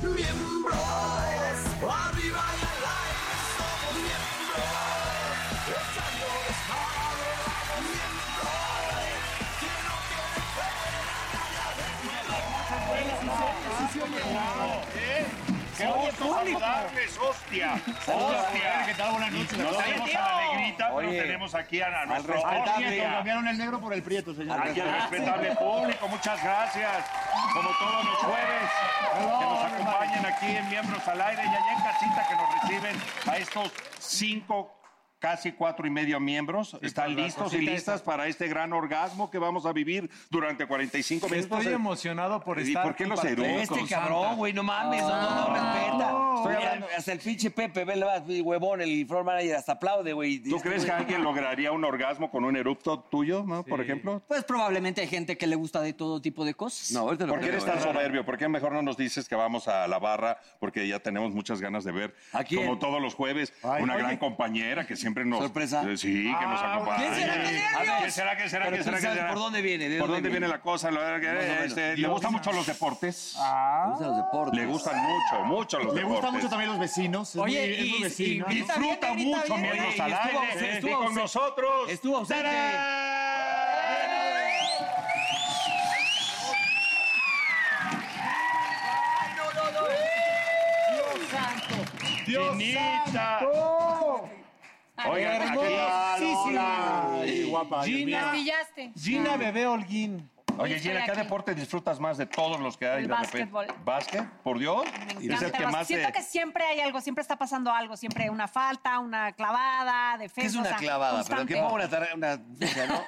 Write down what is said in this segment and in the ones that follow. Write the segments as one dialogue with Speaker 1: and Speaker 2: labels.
Speaker 1: Miembros, arriba y al aire somos miembros, echando desmadre, miembros, que no quede
Speaker 2: ¡Qué gusto saludarles, hostia! ¡Hostia! ¿Qué tal? Buenas noches. No tenemos a la negrita, pero tenemos aquí a nuestro
Speaker 3: respetable.
Speaker 2: hostia.
Speaker 3: Cambiaron el negro por el prieto, señor.
Speaker 2: Aquí al respetable público, muchas gracias. Como todos los jueves, que nos acompañen aquí en Miembros al Aire y allá en casita que nos reciben a estos cinco, casi cuatro y medio miembros. ¿Están listos y listas para este gran orgasmo que vamos a vivir durante 45 minutos?
Speaker 4: Estoy emocionado por
Speaker 2: ¿Y
Speaker 4: estar.
Speaker 2: por qué los
Speaker 4: compartiendo
Speaker 2: eructos?
Speaker 4: con
Speaker 5: Este
Speaker 4: Santa.
Speaker 5: cabrón, güey, no mames, no, no, no, respeta.
Speaker 2: Estoy
Speaker 5: Mira,
Speaker 2: hablando-
Speaker 5: hasta el pinche Pepe, ve, le vas, huevón, el floor manager, hasta aplaude, güey.
Speaker 2: ¿Tú crees que alguien lograría un orgasmo con un erupto tuyo, no? por ejemplo?
Speaker 6: Pues probablemente hay gente que le gusta de todo tipo de cosas.
Speaker 5: No, ahorita lo eh.
Speaker 2: ¿Por qué eres tan soberbio? ¿Por qué mejor no nos dices que vamos a la barra? Porque ya tenemos muchas ganas de ver,
Speaker 5: ¿A quién?
Speaker 2: como todos los jueves, una gran compañera que siempre nos...
Speaker 5: ¿Sorpresa? Ah,
Speaker 2: Eh, Sí, que nos acompaña.
Speaker 5: ¿quién será? ¡Qué
Speaker 2: A ver,
Speaker 5: nervios!
Speaker 2: ¿Quién será? ¿Quién será?
Speaker 5: Pero
Speaker 2: ¿Quién
Speaker 5: tú
Speaker 2: será? ¿Quién
Speaker 5: sabes
Speaker 2: será?
Speaker 5: por dónde viene, de
Speaker 2: ¿Por
Speaker 5: dónde
Speaker 2: dónde viene
Speaker 5: viene.
Speaker 2: la cosa? La verdad que,
Speaker 5: o menos. Ah.
Speaker 2: este, ¿Le gustan mucho los deportes?
Speaker 5: Le gustan los deportes.
Speaker 2: Le gustan mucho, mucho los
Speaker 3: Le
Speaker 2: deportes.
Speaker 3: gustan mucho también los vecinos. es
Speaker 6: Oye,
Speaker 3: muy- es
Speaker 6: y-
Speaker 3: muy vecino,
Speaker 6: y-
Speaker 3: ¿no?
Speaker 6: Está
Speaker 2: Disfruta
Speaker 6: bien, ahorita
Speaker 2: mucho
Speaker 6: viene.
Speaker 2: miembros al
Speaker 5: Estuvo
Speaker 2: aire.
Speaker 5: ausente,
Speaker 2: Y
Speaker 5: estuvo
Speaker 2: con
Speaker 5: ausente.
Speaker 2: nosotros...
Speaker 5: Estuvo ausente.
Speaker 2: ¡Tarán! ¡Chinita! Oigan, aquí.
Speaker 3: Ay, guapa. Dios mío.
Speaker 7: Me pillaste.
Speaker 4: Gina Bebé Holguín.
Speaker 2: Oye,
Speaker 7: estoy
Speaker 2: Gina, ¿qué
Speaker 7: aquí.
Speaker 2: deporte disfrutas más de todos los que hay?
Speaker 7: El
Speaker 2: de repente?
Speaker 7: básquetbol.
Speaker 2: ¿Básquet? ¿Por Dios? Es el que más
Speaker 7: Siento
Speaker 2: te-
Speaker 7: que siempre hay algo, siempre está pasando algo, siempre una falta, una clavada, defensa.
Speaker 5: ¿Qué es
Speaker 7: o
Speaker 5: una
Speaker 7: sea,
Speaker 5: clavada? Pero
Speaker 7: constante.
Speaker 5: que ponga una tarea, una... o sea, ¿no?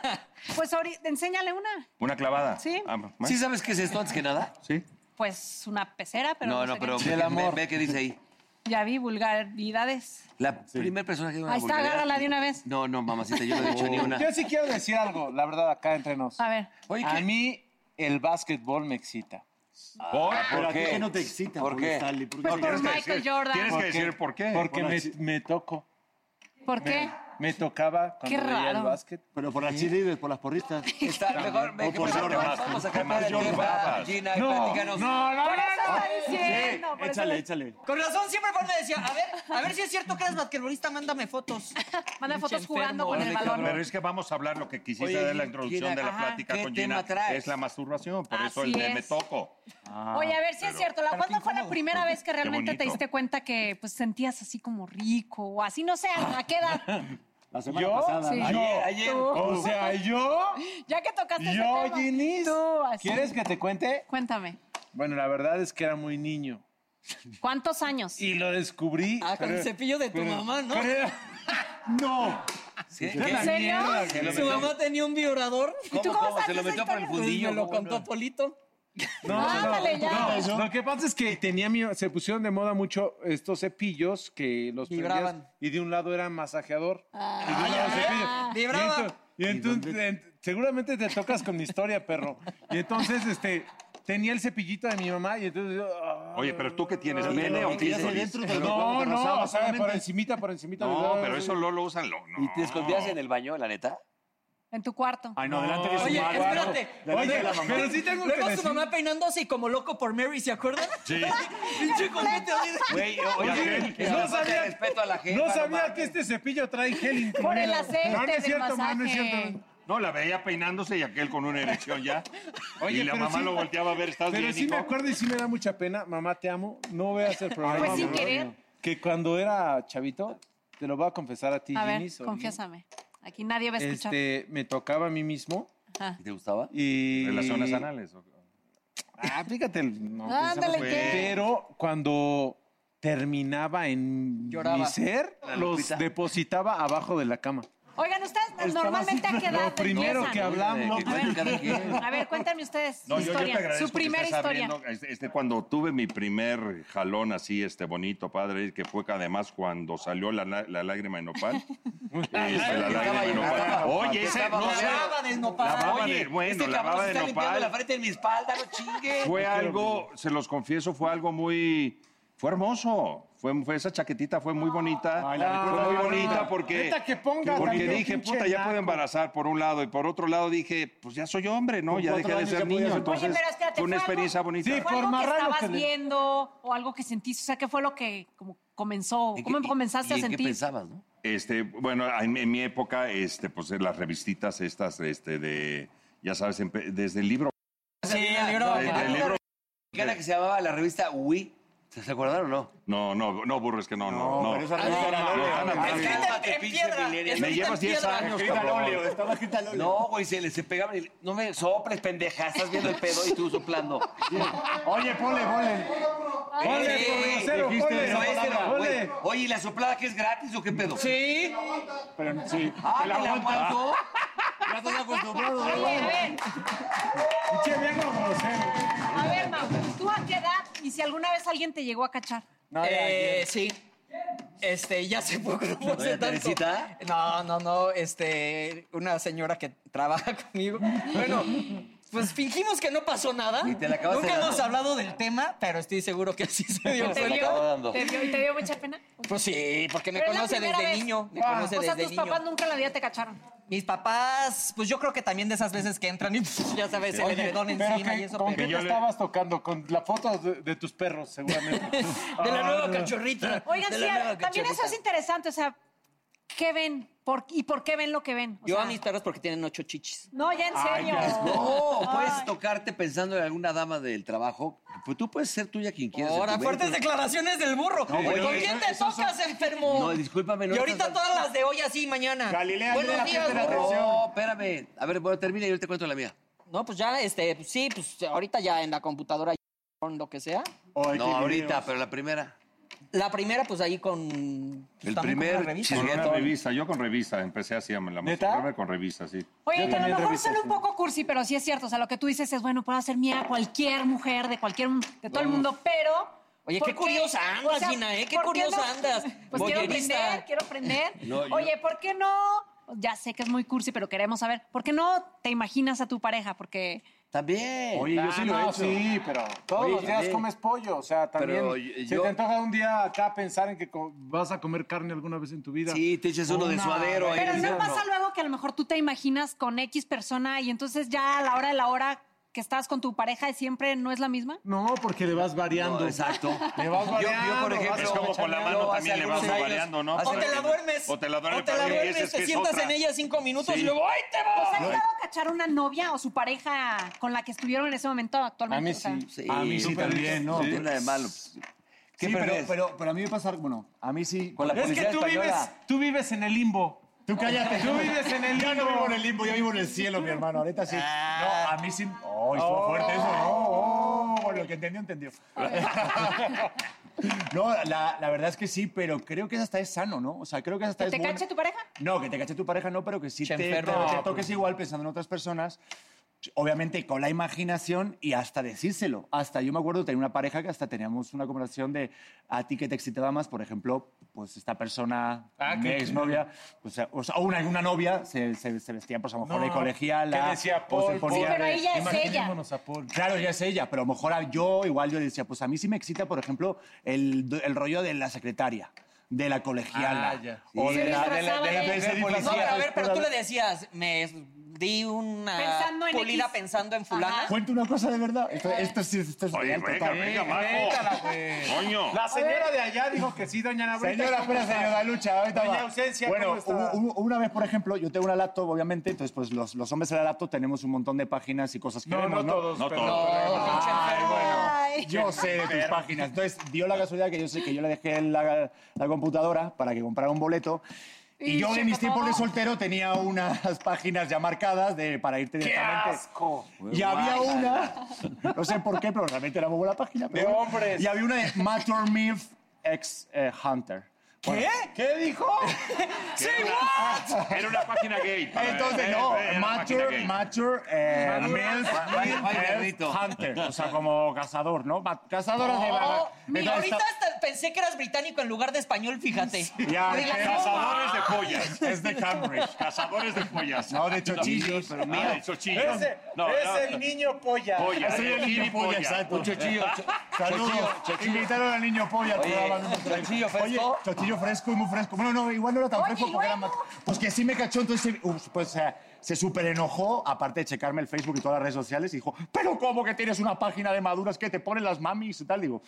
Speaker 7: Pues ahorita, enséñale una.
Speaker 2: ¿Una clavada?
Speaker 7: Sí.
Speaker 2: Ah, ¿más?
Speaker 5: ¿Sí sabes qué es esto antes que nada?
Speaker 2: ¿Sí?
Speaker 7: Pues una pecera, pero.
Speaker 5: No,
Speaker 7: sé
Speaker 5: no,
Speaker 7: qué.
Speaker 5: pero
Speaker 4: Del
Speaker 5: ve-
Speaker 4: amor.
Speaker 5: Ve, ve qué dice ahí.
Speaker 7: Ya vi vulgaridades.
Speaker 5: La primera persona que diga una
Speaker 7: Ahí está,
Speaker 5: vulgaridad-
Speaker 7: agárrala de una vez.
Speaker 5: No, no, mamacita, yo no he dicho ni una.
Speaker 4: Yo sí quiero decir algo, la verdad, acá entre nos.
Speaker 7: A ver.
Speaker 5: Oye,
Speaker 4: A
Speaker 5: ¿qué?
Speaker 4: mí el básquetbol me excita.
Speaker 2: ¿Por?
Speaker 3: Pero a ti
Speaker 5: qué?
Speaker 3: que no te excita,
Speaker 5: ¿Por
Speaker 3: ¿Por
Speaker 5: qué?
Speaker 3: qué?
Speaker 7: Pues por
Speaker 2: Tienes que
Speaker 7: Michael
Speaker 2: decir-
Speaker 7: Jordan.
Speaker 2: Tienes que
Speaker 7: ¿Por
Speaker 4: qué?
Speaker 2: decir por qué.
Speaker 4: Porque
Speaker 3: Por
Speaker 4: me,
Speaker 3: las-
Speaker 4: me toco.
Speaker 7: ¿Por
Speaker 5: Eh.
Speaker 7: qué?
Speaker 4: Me tocaba cuando
Speaker 7: Qué
Speaker 4: veía el
Speaker 7: raro.
Speaker 4: básquet.
Speaker 3: Pero por las cheerleaders, por las porristas.
Speaker 5: Está, mejor, ve,
Speaker 3: O
Speaker 5: ¿qué
Speaker 3: por
Speaker 5: pasa?
Speaker 3: Jordan.
Speaker 5: Vamos a cambiar el
Speaker 2: Jordan.
Speaker 5: tema, Gina, y platícanos.
Speaker 4: no, no,
Speaker 7: Por eso está
Speaker 3: Sí,
Speaker 7: diciendo. por eso
Speaker 3: Eh, échale,
Speaker 7: le-
Speaker 3: échale.
Speaker 6: Con razón siempre Juan me decía, a ver, a ver si es cierto que eres basquetbolista, mándame fotos.
Speaker 7: Manda fotos jugando con el
Speaker 5: Órale,
Speaker 7: balón.
Speaker 2: Pero es que vamos a hablar lo que quisiste
Speaker 5: Oye,
Speaker 2: de la
Speaker 5: Gina,
Speaker 2: introducción de la
Speaker 5: ajá,
Speaker 2: plática
Speaker 5: ¿qué
Speaker 2: con
Speaker 5: tema
Speaker 2: Gina.
Speaker 5: traes? Ah,
Speaker 2: Es la masturbación, por eso
Speaker 7: Así
Speaker 2: el de
Speaker 7: es.
Speaker 2: me toco.
Speaker 7: Oye, a ver si es cierto. ¿La, ¿Cuándo fue la primera vez que realmente te
Speaker 2: bonito.
Speaker 7: diste cuenta que pues, sentías así como rico o así? No sé, ¿a qué edad?
Speaker 3: La semana pasada.
Speaker 7: Sí.
Speaker 3: ¿no?
Speaker 5: Ayer, ayer.
Speaker 7: Tú.
Speaker 4: O sea, yo,
Speaker 7: Ya que tocaste ese
Speaker 4: yo,
Speaker 7: tema.
Speaker 4: Ginis.
Speaker 7: Tú, así.
Speaker 4: ¿Quieres que te cuente?
Speaker 7: Cuéntame.
Speaker 4: Bueno, la verdad es que era muy niño.
Speaker 7: ¿Cuántos años?
Speaker 4: Y lo descubrí.
Speaker 6: Ah, con el cepillo de tu mamá, ¿no?
Speaker 3: No.
Speaker 5: ¿Qué?
Speaker 7: ¿En
Speaker 5: ¿Qué?
Speaker 7: serio?
Speaker 5: Se lo
Speaker 6: Su
Speaker 5: metió-
Speaker 6: mamá tenía un vibrador.
Speaker 5: ¿Cómo,
Speaker 7: tú cómo
Speaker 5: cómo? Se
Speaker 7: sabes
Speaker 5: lo
Speaker 7: esa
Speaker 5: metió por el
Speaker 7: historia?
Speaker 5: fundillo.
Speaker 6: me lo contó Polito.
Speaker 4: No,
Speaker 7: Ándale, ya.
Speaker 4: no, Lo que pasa es que tenía mi- se pusieron de moda mucho estos cepillos que los prendías
Speaker 6: Vibraban.
Speaker 4: y de un lado era masajeador
Speaker 7: Ah.
Speaker 4: y de un lado cepillo.
Speaker 6: Vibraba.
Speaker 4: Y ento- Y entonces en- seguramente te tocas con mi historia, perro. Y entonces este tenía el cepillito de mi mamá y entonces yo, ah,
Speaker 2: Oye, pero tú qué tienes, pene o
Speaker 3: Que ya se
Speaker 2: clítoris?
Speaker 3: dentro de lo que
Speaker 4: no,
Speaker 3: cuando te
Speaker 4: no,
Speaker 3: rozaba
Speaker 4: o sea, por
Speaker 3: solamente.
Speaker 4: encimita, por encimita.
Speaker 2: No,
Speaker 4: ¿verdad?
Speaker 2: pero eso no lo usan. lo- no.
Speaker 5: ¿Y te escondías en el baño, la neta?
Speaker 7: En tu cuarto.
Speaker 3: Ay, no, delante de su
Speaker 6: Oye,
Speaker 3: madre.
Speaker 6: espérate.
Speaker 3: Delante de la
Speaker 4: Oye,
Speaker 3: mamá.
Speaker 4: pero sí tengo que
Speaker 6: Luego su
Speaker 4: decir.
Speaker 6: mamá peinándose y como loco por Mary, ¿se acuerdan?
Speaker 2: Sí.
Speaker 6: Pinche colete horrible.
Speaker 5: Güey,
Speaker 2: oye,
Speaker 5: que
Speaker 4: no
Speaker 5: le falte
Speaker 4: sabía-
Speaker 5: respeto a la gente.
Speaker 4: No sabía que este cepillo trae gel incluido.
Speaker 7: Por el aceite
Speaker 4: No, no es
Speaker 7: del
Speaker 4: cierto, mamá, no es
Speaker 7: masaje.
Speaker 4: cierto.
Speaker 2: No, la veía peinándose y aquel con una erección ya. y la
Speaker 4: pero
Speaker 2: mamá
Speaker 4: sí-
Speaker 2: lo volteaba a ver, ¿estás
Speaker 4: Pero
Speaker 2: bien,
Speaker 4: sí me
Speaker 2: hijo?"
Speaker 4: acuerdo y sí me da mucha pena. Mamá, te amo. No veas el programa.
Speaker 7: Pues sin
Speaker 4: por favor.
Speaker 7: querer.
Speaker 4: Que cuando era chavito, te lo voy a confesar a ti,
Speaker 7: A
Speaker 4: Ginny,
Speaker 7: ver,
Speaker 4: Solís.
Speaker 7: confiésame. Aquí nadie va a escuchar.
Speaker 4: Este, me tocaba a mí mismo
Speaker 7: Ajá.
Speaker 5: ¿Te gustaba?
Speaker 4: y...
Speaker 2: Relaciones anales. ¿o qué?
Speaker 4: Ah, fíjate. No,
Speaker 7: Ándale,
Speaker 4: pensamos-
Speaker 7: ¿qué?
Speaker 4: Pero cuando terminaba en
Speaker 6: Lloraba.
Speaker 4: mi ser,
Speaker 5: La
Speaker 4: los
Speaker 5: Lupita.
Speaker 4: depositaba abajo de la cama.
Speaker 7: Oigan, ¿ustedes normalmente a qué edad
Speaker 4: Lo primero
Speaker 7: empiezan?
Speaker 4: que hablamos.
Speaker 7: A ver, a ver, cuéntame ustedes
Speaker 2: No,
Speaker 7: su
Speaker 2: yo, yo te
Speaker 7: historia,
Speaker 2: agradezco
Speaker 7: su
Speaker 2: que
Speaker 7: primera
Speaker 2: estés
Speaker 7: historia.
Speaker 2: abriendo, este, este, cuando tuve mi primer jalón así, este bonito, padre, que fue que además cuando salió la, lá- la lágrima de nopal. este, la lágrima de nopal. Oye, ese,
Speaker 5: estaba
Speaker 2: no,
Speaker 5: babeando.
Speaker 2: sé,
Speaker 6: La baba del nopal.
Speaker 2: La baba
Speaker 6: Oye,
Speaker 2: del- bueno,
Speaker 6: este
Speaker 2: la
Speaker 6: cabrón
Speaker 2: baba
Speaker 6: se
Speaker 2: de
Speaker 6: está limpiando
Speaker 2: nopal.
Speaker 6: la frente de mi espalda, no chingue.
Speaker 5: Pues
Speaker 2: fue algo, se los confieso, fue algo muy, fue hermoso. Fue, fue esa chaquetita fue muy bonita.
Speaker 4: Ay, la
Speaker 2: fue
Speaker 4: recuerdo
Speaker 2: muy
Speaker 4: bien
Speaker 2: bonita
Speaker 4: bonita.
Speaker 2: porque,
Speaker 4: Neta, que ponga
Speaker 2: porque
Speaker 4: también,
Speaker 2: dije,
Speaker 4: pinche
Speaker 2: puta, ya puedo
Speaker 4: naco".
Speaker 2: embarazar por un lado. Y por otro lado dije, pues ya soy hombre, ¿no?
Speaker 3: Con
Speaker 2: Ya dejé
Speaker 3: cuatro
Speaker 2: de
Speaker 3: años ya
Speaker 2: ser
Speaker 3: podías,
Speaker 2: niño.
Speaker 3: entonces,
Speaker 2: Entonces,
Speaker 7: Oye, pero espérate,
Speaker 2: fue una
Speaker 7: fue algo-
Speaker 2: experiencia bonita.
Speaker 4: Sí,
Speaker 7: ¿Fue
Speaker 4: por
Speaker 7: algo que
Speaker 4: marrano
Speaker 7: estabas
Speaker 4: que le-
Speaker 7: viendo o algo que sentiste? O sea, ¿qué fue lo que como comenzó?
Speaker 5: ¿En
Speaker 7: ¿Cómo
Speaker 5: qué-
Speaker 7: comenzaste
Speaker 5: y
Speaker 7: a
Speaker 5: en
Speaker 7: sentir?
Speaker 5: qué pensabas, no?
Speaker 2: Este, bueno, en, en mi época, este, pues en las revistitas estas, este, de, ya sabes, empe- desde el libro,
Speaker 6: Sí, el libro.
Speaker 2: de- del libro.
Speaker 5: Mexicana que se llamaba la revista Wii. ¿Se acuerdaron o no?
Speaker 2: No, no, no, burro, es que no, no, no.
Speaker 3: pero
Speaker 5: Ah,
Speaker 3: esa revista
Speaker 7: Ah,
Speaker 3: era
Speaker 2: no,
Speaker 3: lóleo.
Speaker 2: Ana,
Speaker 6: Escrita en-
Speaker 5: Cálmate,
Speaker 6: en
Speaker 5: pinche
Speaker 6: piedra.
Speaker 5: millennial.
Speaker 6: escrita
Speaker 2: Me llevas
Speaker 6: en
Speaker 2: 10
Speaker 6: piedra.
Speaker 2: años,
Speaker 3: Escrita al
Speaker 2: cabrón.
Speaker 3: óleo, estaba escrita al óleo.
Speaker 5: No, güey, se, le- se pegaban y le- no me soples, pendeja, estás viendo el pedo y tú soplando.
Speaker 3: Oye, ponle, ponle.
Speaker 4: Ponle,
Speaker 5: Sí,
Speaker 4: pordiosero,
Speaker 3: dijiste
Speaker 4: ponle,
Speaker 5: Pero este
Speaker 3: palabra,
Speaker 5: no, güey.
Speaker 4: ponle.
Speaker 5: Oye, ¿y la soplada que es gratis o qué pedo?
Speaker 6: Sí.
Speaker 3: Pero sí.
Speaker 5: Ah,
Speaker 3: te la
Speaker 5: ¿te la
Speaker 3: aguantas.
Speaker 5: aguanto?
Speaker 3: Ya estás acostumbrado.
Speaker 7: Oye, a ver,
Speaker 4: Pinche viejo grosero.
Speaker 7: a ver, Mau, ¿tú a qué edad y si alguna vez alguien te llegó a cachar?
Speaker 3: No, ya,
Speaker 6: Eh, sí. Este, ya se fue con no,
Speaker 5: Doña Teresita.
Speaker 6: No, no, no. Este, una señora que trabaja conmigo. Bueno, pues fingimos que no pasó nada.
Speaker 5: Y te la acabas
Speaker 6: Nunca
Speaker 5: de-
Speaker 6: hemos hablado del tema, pero estoy seguro que así se dio
Speaker 5: Se la
Speaker 6: cuenta.
Speaker 5: acabo dando.
Speaker 7: ¿Te dio, y te dio mucha pena?
Speaker 6: Pues sí, porque me
Speaker 7: Pero es la
Speaker 6: conoce
Speaker 7: primera
Speaker 6: desde
Speaker 7: vez.
Speaker 6: niño. Me
Speaker 7: Ah.
Speaker 6: conoce
Speaker 7: o sea,
Speaker 6: desde
Speaker 7: tus papás
Speaker 6: niño.
Speaker 7: nunca en la vida te cacharon.
Speaker 6: Mis papás, pues yo creo que también de esas veces que entran y pf, ya sabes, el
Speaker 4: Oye,
Speaker 6: edredón
Speaker 4: pero
Speaker 6: encima
Speaker 4: que-
Speaker 6: y eso.
Speaker 4: ¿Con qué
Speaker 6: pero- pues
Speaker 4: te
Speaker 2: yo le-
Speaker 4: estabas tocando? Con la foto de, de tus perros, seguramente.
Speaker 6: De la
Speaker 4: Ah,
Speaker 6: nueva cachorrita.
Speaker 7: Oigan,
Speaker 6: de
Speaker 7: sí,
Speaker 6: la nueva
Speaker 7: también eso
Speaker 6: cachorrita.
Speaker 7: es interesante, o sea, ¿qué ven? ¿Por- ¿Y por qué ven lo que ven? O
Speaker 6: Yo
Speaker 7: sea,
Speaker 6: a mis perros porque tienen ocho chichis.
Speaker 7: No, ya en
Speaker 6: Ah,
Speaker 7: serio.
Speaker 5: No, "Oh, puedes
Speaker 7: Ay.
Speaker 5: tocarte pensando en alguna dama del trabajo. Pues tú puedes ser tuya quien quieras.
Speaker 6: Ahora,
Speaker 5: en tu
Speaker 6: fuertes
Speaker 5: mente.
Speaker 6: declaraciones del burro.
Speaker 5: bueno,
Speaker 6: ¿Con
Speaker 5: eso-
Speaker 6: quién te tocas, enfermo?
Speaker 5: No, discúlpame, no
Speaker 6: Y ahorita
Speaker 5: estás-
Speaker 6: todas las de hoy así, mañana.
Speaker 3: Galilea,
Speaker 6: Buenos
Speaker 3: mira,
Speaker 6: días,
Speaker 3: gente la
Speaker 6: burro.
Speaker 5: No, espérame. A ver, bueno, termina y yo te cuento la mía.
Speaker 6: No, pues ya, este, pues sí, pues ahorita ya en la computadora, con lo que sea.
Speaker 3: Oye,
Speaker 5: No,
Speaker 3: qué
Speaker 5: ahorita,
Speaker 3: videos.
Speaker 5: pero la primera.
Speaker 6: La primera, pues ahí con... pues,
Speaker 5: El
Speaker 6: también con
Speaker 5: primer
Speaker 6: una revista.
Speaker 2: Con una
Speaker 5: Chisguetón.
Speaker 2: revista, yo con revista, empecé así a la
Speaker 4: ¿Neta?
Speaker 2: masturbarme con revista, sí.
Speaker 7: Oye, que a
Speaker 4: también
Speaker 7: lo mejor
Speaker 4: reviso,
Speaker 7: suena un
Speaker 4: sí.
Speaker 7: poco cursi, pero sí es cierto. O sea, lo que tú dices es, bueno, puedo ser mía cualquier mujer de cualquier de todo el mundo, pero.
Speaker 6: Oye,
Speaker 7: ¿por
Speaker 6: qué curiosa andas, Gina, ¿eh? Qué
Speaker 7: ¿por
Speaker 6: curiosa andas,
Speaker 7: Pues quiero
Speaker 6: voyerista.
Speaker 7: aprender, quiero aprender. Oye, ¿por qué no? Ya sé que es muy cursi, pero queremos saber. ¿Por qué no te imaginas a tu pareja? Porque.
Speaker 5: También.
Speaker 4: Oye, yo sí
Speaker 3: Ah,
Speaker 4: lo he
Speaker 3: no,
Speaker 4: hecho. Sí, pero todos
Speaker 5: Oye,
Speaker 4: los días
Speaker 5: sí.
Speaker 4: comes pollo. O sea, también
Speaker 5: Pero
Speaker 4: se
Speaker 5: yo-
Speaker 4: te antoja un día acá pensar en que co- vas a comer carne alguna vez en tu vida.
Speaker 5: Sí, te echas uno de
Speaker 4: Una-
Speaker 5: suadero. ahí
Speaker 7: Pero
Speaker 5: en el
Speaker 7: no
Speaker 5: horno.
Speaker 7: pasa luego que a lo mejor tú te imaginas con X persona y entonces ya a la hora de la hora que estás con tu pareja siempre no es la misma.
Speaker 4: No, porque le vas variando.
Speaker 5: No, exacto.
Speaker 4: Le vas
Speaker 5: Yo- yo,
Speaker 4: variando.
Speaker 5: por ejemplo,
Speaker 4: vas
Speaker 2: Es como con la mano
Speaker 5: Hace
Speaker 2: también le vas
Speaker 5: algunos años-
Speaker 2: variando, ¿no?
Speaker 5: hace
Speaker 6: O te la duermes.
Speaker 2: O te la duermes.
Speaker 6: O te la
Speaker 2: para que
Speaker 6: duermes,
Speaker 2: dices que
Speaker 6: te
Speaker 2: es
Speaker 6: sientas
Speaker 2: otra.
Speaker 6: en ella cinco minutos
Speaker 2: Sí.
Speaker 6: y luego ¡ay, te
Speaker 7: ¿Os
Speaker 6: vas!
Speaker 7: ha llegado a cachar una novia o su pareja con la que estuvieron en ese momento actualmente?
Speaker 4: A mí
Speaker 7: O sea,
Speaker 4: sí.
Speaker 5: Sí,
Speaker 3: A mí sí
Speaker 5: súper
Speaker 3: también,
Speaker 5: bien.
Speaker 3: ¿no?
Speaker 5: No tiene nada de malo. pues. ¿Qué
Speaker 3: Sí, pero,
Speaker 5: prefieres?
Speaker 3: pero, pero a mí me pasa, bueno, a mí sí.
Speaker 5: Con la
Speaker 4: Es que
Speaker 5: policía
Speaker 4: tú vives,
Speaker 5: española.
Speaker 4: tú vives en el limbo.
Speaker 3: Tú cállate.
Speaker 4: Tú vives en el
Speaker 3: Yo no
Speaker 4: limbo. Ah.
Speaker 3: vivo en el limbo, yo vivo en el cielo, mi hermano. Ahorita sí. No, a mí sí. Oh, estuvo fuerte eso. No, oh, lo que entendió, entendió. No, la, la verdad es que sí, pero creo que hasta es sano, ¿no? O sea, creo que hasta
Speaker 7: ¿Que
Speaker 3: es
Speaker 7: te
Speaker 3: bueno.
Speaker 7: cache tu pareja?
Speaker 3: No, que te cache tu pareja no, pero que sí
Speaker 6: Se
Speaker 3: te,
Speaker 6: enferma.
Speaker 3: te- te toques
Speaker 4: pues.
Speaker 3: igual pensando en otras personas. Obviamente con la imaginación y hasta decírselo. Hasta yo me acuerdo tenía una pareja que hasta teníamos una conversación de a ti que te excitaba más, por ejemplo, pues esta persona,
Speaker 4: Ah,
Speaker 3: mi
Speaker 4: que-
Speaker 3: exnovia, pues, o sea, o una, una novia, se, se- se vestía pues a lo mejor
Speaker 4: No,
Speaker 3: de colegiala.
Speaker 4: que decía
Speaker 3: o se
Speaker 4: Paul,
Speaker 3: ponía
Speaker 7: Sí, pero
Speaker 3: de-
Speaker 7: ahí ya es
Speaker 4: Imaginémonos a Paul.
Speaker 3: Claro, ya es ella, pero a lo mejor a- yo, igual yo decía, pues a mí sí me excita, por ejemplo, el, do- el rollo de la secretaria, de la colegiala.
Speaker 4: Ah, ya.
Speaker 3: O
Speaker 7: Sí.
Speaker 3: de
Speaker 7: Se
Speaker 3: la, de la- de la-
Speaker 7: disfrazaba
Speaker 3: de
Speaker 7: de-
Speaker 3: ese
Speaker 5: No,
Speaker 6: No,
Speaker 3: policía.
Speaker 6: pero a ver, pero tú le decías, me di una
Speaker 7: Pensando en
Speaker 6: pulida
Speaker 7: X.
Speaker 6: pensando en fulana.
Speaker 3: Cuento una cosa de verdad.
Speaker 4: Eh.
Speaker 3: Esto, esto sí esto es
Speaker 2: Oye,
Speaker 3: esto
Speaker 2: venga,
Speaker 3: está-
Speaker 2: venga,
Speaker 4: Cuéntala,
Speaker 2: Majo.
Speaker 4: güey.
Speaker 2: Coño.
Speaker 4: La señora de allá dijo que sí, doña Ana Brita.
Speaker 3: Señora,
Speaker 4: ¿Cómo
Speaker 3: espera,
Speaker 4: estás?
Speaker 3: señora Lucha, ahorita
Speaker 4: Doña
Speaker 3: va.
Speaker 4: Ausencia,
Speaker 3: Bueno,
Speaker 4: ¿cómo está?
Speaker 3: hubo- hubo- una vez, por ejemplo, yo tengo una laptop, obviamente, entonces pues los, los hombres en la laptop tenemos un montón de páginas y cosas que
Speaker 4: No, no
Speaker 3: vemos, ¿no? Ah,
Speaker 4: todos.
Speaker 2: No
Speaker 4: pero-
Speaker 2: todos.
Speaker 6: Pinche enfermo.
Speaker 3: Yo sé de tus páginas. Entonces, dio la casualidad que yo sé que yo le dejé en la, la computadora para que comprara un boleto. Y,
Speaker 7: Y
Speaker 3: yo
Speaker 7: se
Speaker 3: de mis
Speaker 7: acabó.
Speaker 3: tiempos de soltero tenía unas páginas ya marcadas de, para irte directamente.
Speaker 4: asco!
Speaker 3: Y había una, no sé por qué, pero realmente era muy buena página. pero
Speaker 4: De
Speaker 3: bueno.
Speaker 4: hombres.
Speaker 3: Y había una de Matter Myth ex eh, Hunter. Bueno,
Speaker 4: ¿Qué dijo?
Speaker 2: Era una página gay.
Speaker 3: Entonces,
Speaker 2: Era-
Speaker 3: no,
Speaker 2: era una página
Speaker 3: mature,
Speaker 2: gay.
Speaker 3: mature, eh,
Speaker 4: Madura.
Speaker 3: males,
Speaker 5: Vaya- vaya
Speaker 3: males,
Speaker 5: perrito.
Speaker 3: hunter. O sea, como cazador, ¿no? Ma- Cazadoras de
Speaker 6: Oh,
Speaker 3: la...
Speaker 6: mi-
Speaker 3: Entonces,
Speaker 6: ahorita
Speaker 3: está-
Speaker 6: hasta pensé que eras británico en lugar de español, fíjate.
Speaker 3: Ya,
Speaker 6: Oye,
Speaker 3: qué
Speaker 2: Cazadores de pollas.
Speaker 3: Es de Cambridge.
Speaker 2: Cazadores de pollas.
Speaker 3: No, de chochillos. Ah,
Speaker 2: Pero mira, de chochillos.
Speaker 4: Ese,
Speaker 2: No,
Speaker 4: ese
Speaker 2: no,
Speaker 4: niño polla.
Speaker 2: Polla.
Speaker 3: Ese
Speaker 2: de
Speaker 3: era el niño polla,
Speaker 2: gilipollas.
Speaker 3: exacto. Un chochillo. Saludos. Invitaron al niño polla. al programa al mismo tiempo.
Speaker 6: chochillo fresco.
Speaker 3: Oye, chochillo fresco y muy fresco. Bueno, no, igual no era tan
Speaker 7: Oye,
Speaker 3: fresco
Speaker 7: ¿y
Speaker 3: porque era más...
Speaker 7: luego?
Speaker 3: Pues que sí me cachó, entonces se- ups, pues, o sea, se súper enojó, aparte de checarme el Facebook y todas las redes sociales, y dijo, pero ¿cómo que tienes una página de maduras que te ponen las mamis y tal? Digo,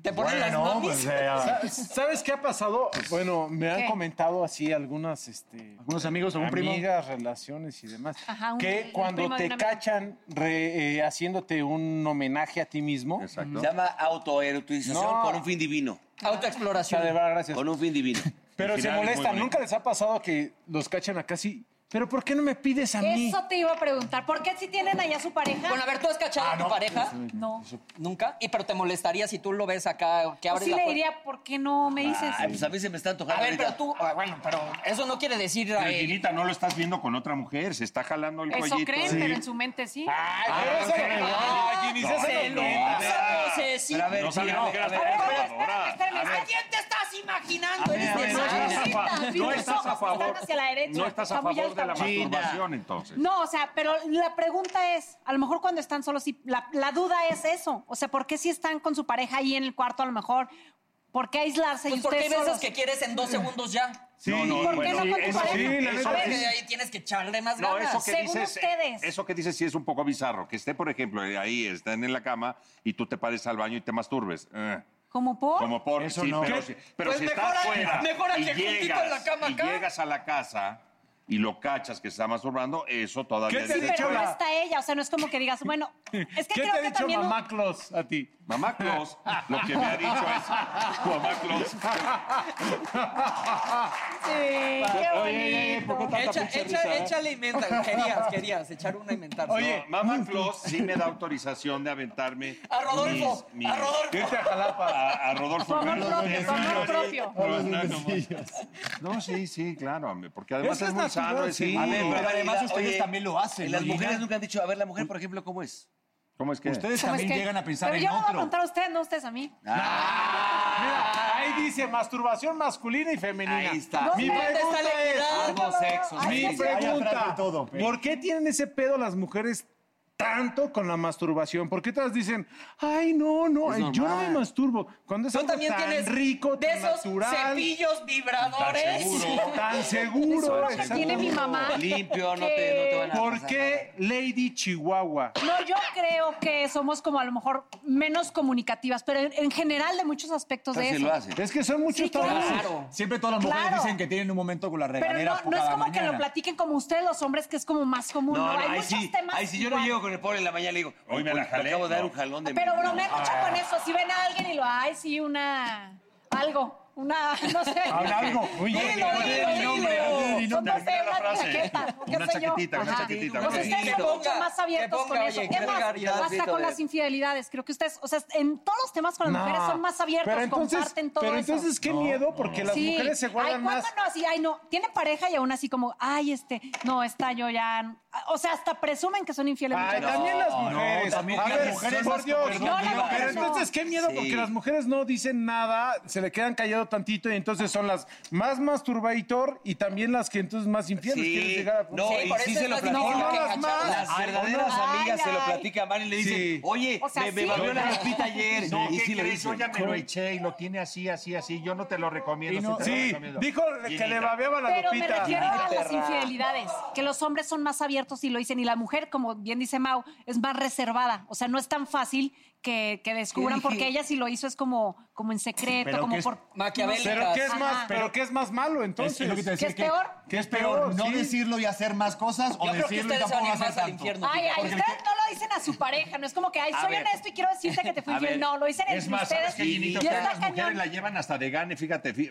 Speaker 6: ¿Te ponen las
Speaker 3: bueno,
Speaker 6: mamis?
Speaker 3: pues, eh,
Speaker 4: ¿Sabes qué ha pasado?
Speaker 2: Pues,
Speaker 4: Bueno, me han
Speaker 7: ¿Qué?
Speaker 4: comentado así algunas este,
Speaker 3: algunos amigos, algún primo.
Speaker 4: amigas, relaciones y demás,
Speaker 7: Ajá, un-
Speaker 4: que
Speaker 7: un
Speaker 4: cuando
Speaker 7: primo de
Speaker 4: te
Speaker 7: una amiga.
Speaker 4: cachan re- eh, haciéndote un homenaje a ti mismo,
Speaker 5: Se llama autoerotización
Speaker 4: No.
Speaker 5: con un fin divino.
Speaker 4: o sea, de
Speaker 6: Autoexploración.
Speaker 4: verdad, gracias.
Speaker 5: Con un fin divino.
Speaker 4: Pero se
Speaker 2: final es muy
Speaker 4: molestan.
Speaker 2: bonito.
Speaker 4: Nunca les ha pasado que los cachan acá así. ¿Pero por qué no me pides a mí?
Speaker 7: Eso te iba a preguntar. ¿Por qué si tienen allá su pareja?
Speaker 6: Bueno, a ver, ¿tú has cachado a tu pareja?
Speaker 7: no.
Speaker 6: Nunca. Y pero te molestaría si tú lo ves acá, que
Speaker 7: Yo
Speaker 6: abres
Speaker 7: sí
Speaker 6: la
Speaker 7: le
Speaker 6: puerta.
Speaker 7: diría, ¿por qué no me dices?
Speaker 5: Ay, pues a mí se me está antojando.
Speaker 6: A ver, pero
Speaker 5: ahorita.
Speaker 6: tú, ah, bueno, pero eso no quiere decir.
Speaker 2: Pero
Speaker 6: eh,
Speaker 2: Ginita, no lo estás viendo con otra mujer. Se está jalando el
Speaker 7: Eso
Speaker 2: cuellito.
Speaker 7: creen, pero en su mente sí.
Speaker 4: Ay, pero eso no- Ay, Ginny, eso
Speaker 6: se
Speaker 4: no-
Speaker 6: nota, Ceci.
Speaker 5: Pero a ver,
Speaker 2: No sabíamos que
Speaker 5: a
Speaker 2: eras
Speaker 5: ver,
Speaker 2: tan
Speaker 5: a ver,
Speaker 2: conservadora.
Speaker 7: espérame,
Speaker 2: A ver,
Speaker 6: ¿A quién te estás imaginando? Eres
Speaker 5: a
Speaker 6: de
Speaker 5: ver,
Speaker 2: no
Speaker 6: madre.
Speaker 2: estás a fa-
Speaker 7: Ginita,
Speaker 2: No
Speaker 7: mis
Speaker 2: estás a
Speaker 7: ojos
Speaker 2: favor.
Speaker 7: están hacia la derecha.
Speaker 2: No estás a
Speaker 7: Está muy
Speaker 2: favor de la
Speaker 7: alto.
Speaker 2: masturbación, entonces.
Speaker 7: No, o sea, pero la pregunta es, a lo mejor cuando están solos, sí, la, la duda es eso. O sea, ¿por qué si están con su pareja ahí en el cuarto a lo mejor? ¿Por qué aislarse
Speaker 6: Pues
Speaker 7: y
Speaker 6: porque hay
Speaker 7: ustedes solos?
Speaker 6: veces que quieres en dos segundos ya.
Speaker 2: No, no,
Speaker 7: ¿Por qué
Speaker 2: bueno,
Speaker 7: no con tu
Speaker 2: eso sí,
Speaker 7: pareja?
Speaker 2: eso
Speaker 7: A
Speaker 6: Porque
Speaker 7: ver,
Speaker 2: sí.
Speaker 6: de ahí tienes que echarle más
Speaker 2: No,
Speaker 6: ganas.
Speaker 2: eso que
Speaker 7: Según
Speaker 2: dices, eh.
Speaker 7: ustedes.
Speaker 2: eso que dices sí es un poco bizarro, que esté, por ejemplo, ahí están en la cama y tú te pares al baño y te masturbes. Eh,
Speaker 7: ¿Cómo por?
Speaker 2: Como por
Speaker 3: Eso
Speaker 2: sí,
Speaker 3: no.
Speaker 2: pero,
Speaker 3: ¿Qué?
Speaker 2: si- pero
Speaker 6: Pues
Speaker 2: si
Speaker 6: mejor
Speaker 2: estás
Speaker 6: a-
Speaker 2: fuera
Speaker 6: mejor a
Speaker 2: y
Speaker 6: que juntito
Speaker 2: llegas,
Speaker 6: en la cama
Speaker 2: y
Speaker 6: acá.
Speaker 2: llegas a la casa y lo cachas que se está masturbando, eso todavía
Speaker 4: ¿Qué
Speaker 7: Sí,
Speaker 4: te De
Speaker 2: dices,
Speaker 4: hecho,
Speaker 7: pero no
Speaker 4: la-
Speaker 7: está ella. O sea, no es como que digas, bueno, es que
Speaker 4: ¿Qué te
Speaker 7: creo
Speaker 4: ha
Speaker 7: que
Speaker 4: dicho
Speaker 7: también...
Speaker 4: mamá Claus a ti?
Speaker 2: Mamá Claus, lo que me ha dicho es, mamá Claus,
Speaker 7: Sí, qué bonito.
Speaker 6: Echa- echa-
Speaker 4: eh?
Speaker 6: échale y inventa. Querías, querías, echar una y inventarse.
Speaker 2: no, mamá Claus sí me da autorización de aventarme
Speaker 6: a Rodolfo,
Speaker 2: mis- mis-
Speaker 6: a Rodolfo.
Speaker 4: Irte a Jalapa.
Speaker 2: a, a Rodolfo
Speaker 7: Por amor
Speaker 2: Hernández
Speaker 7: propio,
Speaker 2: de
Speaker 7: por amor
Speaker 2: Quiñones.
Speaker 7: propio.
Speaker 2: Por los nanomos. No, sí, sí, claro, porque además
Speaker 4: Eso
Speaker 2: es,
Speaker 4: Pues es
Speaker 2: muy
Speaker 4: natural,
Speaker 2: sano ese
Speaker 4: sí.
Speaker 2: mundo.
Speaker 4: A ver,
Speaker 5: Pero
Speaker 3: además
Speaker 5: oye,
Speaker 3: ustedes también lo hacen,
Speaker 5: y Las
Speaker 3: ¿no?
Speaker 5: mujeres
Speaker 3: Llegan-
Speaker 5: nunca han dicho, a ver, la mujer, por ejemplo, ¿cómo es?
Speaker 2: ¿Cómo es que?
Speaker 3: Ustedes
Speaker 7: ¿Cómo es
Speaker 3: también
Speaker 7: que?
Speaker 3: llegan a pensar
Speaker 7: Pero
Speaker 3: en
Speaker 7: yo voy a
Speaker 3: otro.
Speaker 7: contar a ustedes, no ustedes a mí.
Speaker 4: Mira, ahí dice masturbación masculina y femenina.
Speaker 5: Ahí está.
Speaker 7: No
Speaker 4: Mi
Speaker 7: sé.
Speaker 6: ¿Dónde está
Speaker 4: pregunta
Speaker 6: la
Speaker 4: es,
Speaker 6: equidad?
Speaker 5: Ambos sexos.
Speaker 7: Ay,
Speaker 4: mi
Speaker 7: sí, sí.
Speaker 3: Hay atrás
Speaker 4: pregunta,
Speaker 3: de todo, pero-
Speaker 4: ¿por qué tienen ese pedo las mujeres tanto con la masturbación? ¿Por qué todas dicen, ay, no, no,
Speaker 5: Es
Speaker 4: yo no me
Speaker 5: normal.
Speaker 4: masturbo? Cuando es
Speaker 6: Tú
Speaker 4: algo
Speaker 6: también
Speaker 4: tan
Speaker 6: tienes
Speaker 4: rico,
Speaker 6: de
Speaker 4: tan
Speaker 6: esos
Speaker 4: natural,
Speaker 6: cepillos
Speaker 2: Tan
Speaker 6: vibradores.
Speaker 2: seguro.
Speaker 4: tan
Speaker 7: Eso
Speaker 4: seguro.
Speaker 7: es lo que tiene mi mamá.
Speaker 5: Limpio, no te, no te van a
Speaker 4: ¿Por
Speaker 5: pasar
Speaker 4: qué Lady Chihuahua?
Speaker 7: No, yo creo que somos como a lo mejor menos comunicativas, pero en, en general de muchos aspectos
Speaker 5: nada.
Speaker 7: de
Speaker 5: Casi
Speaker 7: eso.
Speaker 5: lo hacen.
Speaker 4: Es que son muchos
Speaker 7: Sí, claro.
Speaker 4: tabús.
Speaker 6: Claro.
Speaker 3: Siempre todas las mujeres
Speaker 7: Claro.
Speaker 3: dicen que tienen un momento con la
Speaker 7: Pero
Speaker 3: regadera
Speaker 7: no, no es
Speaker 3: cada
Speaker 7: como que
Speaker 3: mañana.
Speaker 7: lo platiquen como ustedes los hombres, que es como más común. No, hay
Speaker 5: ahí
Speaker 7: muchos
Speaker 5: sí,
Speaker 7: temas.
Speaker 5: ahí sí yo no
Speaker 7: igual. Ah,
Speaker 5: llego con el pobre en la mañana y le digo,
Speaker 2: Hoy me
Speaker 5: "Oye, pues,
Speaker 2: la jalé".
Speaker 5: acabo de dar
Speaker 2: No. Ah.
Speaker 5: un jalón de
Speaker 7: Pero
Speaker 5: mi-
Speaker 7: bromea mucho con eso. Si ven a alguien y lo, ay, sí, una. Algo. Una, no sé.
Speaker 3: Habla algo. Oye,
Speaker 7: Dilo,
Speaker 3: oye,
Speaker 7: dilo,
Speaker 3: mi
Speaker 7: dilo.
Speaker 3: nombre, oye, mi
Speaker 7: No, no
Speaker 3: nombre.
Speaker 7: sé,
Speaker 2: Termina la
Speaker 7: una
Speaker 2: frase.
Speaker 7: chaquetita. ¿Qué
Speaker 2: Una
Speaker 7: sé yo?
Speaker 2: chaquetita, una
Speaker 7: Ajá.
Speaker 2: chaquetita,
Speaker 7: Los
Speaker 2: ok.
Speaker 7: ustedes
Speaker 6: Que
Speaker 7: son
Speaker 6: ponga,
Speaker 7: mucho más abiertos
Speaker 6: que ponga,
Speaker 7: con eso.
Speaker 6: oye, qué
Speaker 7: Es más,
Speaker 6: vulgaridad,
Speaker 7: hasta
Speaker 6: Vito,
Speaker 7: con
Speaker 6: de-
Speaker 7: las infidelidades. Creo que ustedes, o sea, en todos los temas con las
Speaker 4: No.
Speaker 7: mujeres son más abiertos,
Speaker 4: pero entonces,
Speaker 7: comparten todo
Speaker 4: Pero
Speaker 7: eso.
Speaker 4: entonces, qué miedo, porque las
Speaker 7: Sí.
Speaker 4: mujeres se
Speaker 7: ay,
Speaker 4: guardan
Speaker 7: ¿cuándo
Speaker 4: más.
Speaker 7: no? Así, ay, no. Tienen pareja y aún así como, ay, este, no, esta yo ya... O sea, hasta presumen que son infieles.
Speaker 4: Ay,
Speaker 7: muchachos.
Speaker 4: también las
Speaker 3: no,
Speaker 4: mujeres.
Speaker 3: también
Speaker 4: A
Speaker 3: las
Speaker 4: ver,
Speaker 3: mujeres
Speaker 4: por
Speaker 3: más
Speaker 4: Dios.
Speaker 3: comerciales.
Speaker 7: No, las mujeres
Speaker 4: pero
Speaker 7: no.
Speaker 4: entonces qué miedo,
Speaker 5: Sí.
Speaker 4: porque las mujeres no dicen nada, se le quedan callado tantito y entonces son las más masturbador y también las que entonces más infieles
Speaker 5: Sí.
Speaker 4: quieres llegar a
Speaker 5: No,
Speaker 6: Sí,
Speaker 5: y
Speaker 6: por
Speaker 5: sí
Speaker 6: eso
Speaker 5: se
Speaker 6: es
Speaker 5: lo
Speaker 6: más difícil
Speaker 5: platican.
Speaker 4: que
Speaker 5: las
Speaker 4: cachadas.
Speaker 5: las verdaderas
Speaker 7: Ay,
Speaker 5: amigas se lo
Speaker 7: ay.
Speaker 5: platican, van y le dicen,
Speaker 4: Sí.
Speaker 5: oye,
Speaker 7: O sea,
Speaker 5: me, me
Speaker 7: sí.
Speaker 5: valió la ropita ayer.
Speaker 2: No,
Speaker 5: y
Speaker 2: ¿qué
Speaker 5: sí le
Speaker 2: crees? Yo
Speaker 5: dicen.
Speaker 2: ya me lo eché y lo tiene así, así, así. Yo no te lo recomiendo.
Speaker 3: Y no-
Speaker 2: sí te lo
Speaker 4: Sí,
Speaker 2: recomiendo.
Speaker 4: dijo que
Speaker 2: Ginita.
Speaker 4: le babeaba la
Speaker 7: Pero me
Speaker 4: lopita.
Speaker 7: refiero a las
Speaker 5: Perra.
Speaker 7: infidelidades, que los hombres son más abiertos sí lo dicen. Y la mujer, como bien dice Mau, es más reservada. O sea, no es tan fácil que, que descubran,
Speaker 6: Sí.
Speaker 7: porque ella si lo hizo es como, como en secreto,
Speaker 3: Pero
Speaker 7: como
Speaker 3: que es-
Speaker 7: por...
Speaker 6: Maquiavélicas.
Speaker 4: Pero qué es más,
Speaker 7: Ajá.
Speaker 4: pero qué es más malo
Speaker 3: Es-
Speaker 4: entonces.
Speaker 3: es lo que te decía,
Speaker 7: ¿Qué es peor?
Speaker 3: ¿Qué es peor? ¿No
Speaker 4: sí.
Speaker 3: decirlo y hacer más cosas o
Speaker 6: Yo creo que
Speaker 3: decirlo y
Speaker 6: ustedes van
Speaker 3: tampoco
Speaker 6: a ir
Speaker 3: hacer
Speaker 6: más al
Speaker 3: tanto?
Speaker 6: infierno.
Speaker 7: Ay, ay,
Speaker 6: Porque-
Speaker 7: ustedes no lo dicen a su pareja, no es como que, ay,
Speaker 2: A
Speaker 7: soy
Speaker 2: ver.
Speaker 7: honesto y quiero decirte que te fui
Speaker 2: A
Speaker 7: fiel.
Speaker 2: ver.
Speaker 7: No, lo dicen
Speaker 2: Es
Speaker 7: entre
Speaker 2: más, ¿sabes
Speaker 7: ustedes.
Speaker 2: qué,
Speaker 7: y
Speaker 2: Ginito? Que a
Speaker 7: está
Speaker 2: las mujeres
Speaker 7: cañón.
Speaker 2: la llevan hasta de gane, fíjate, fi-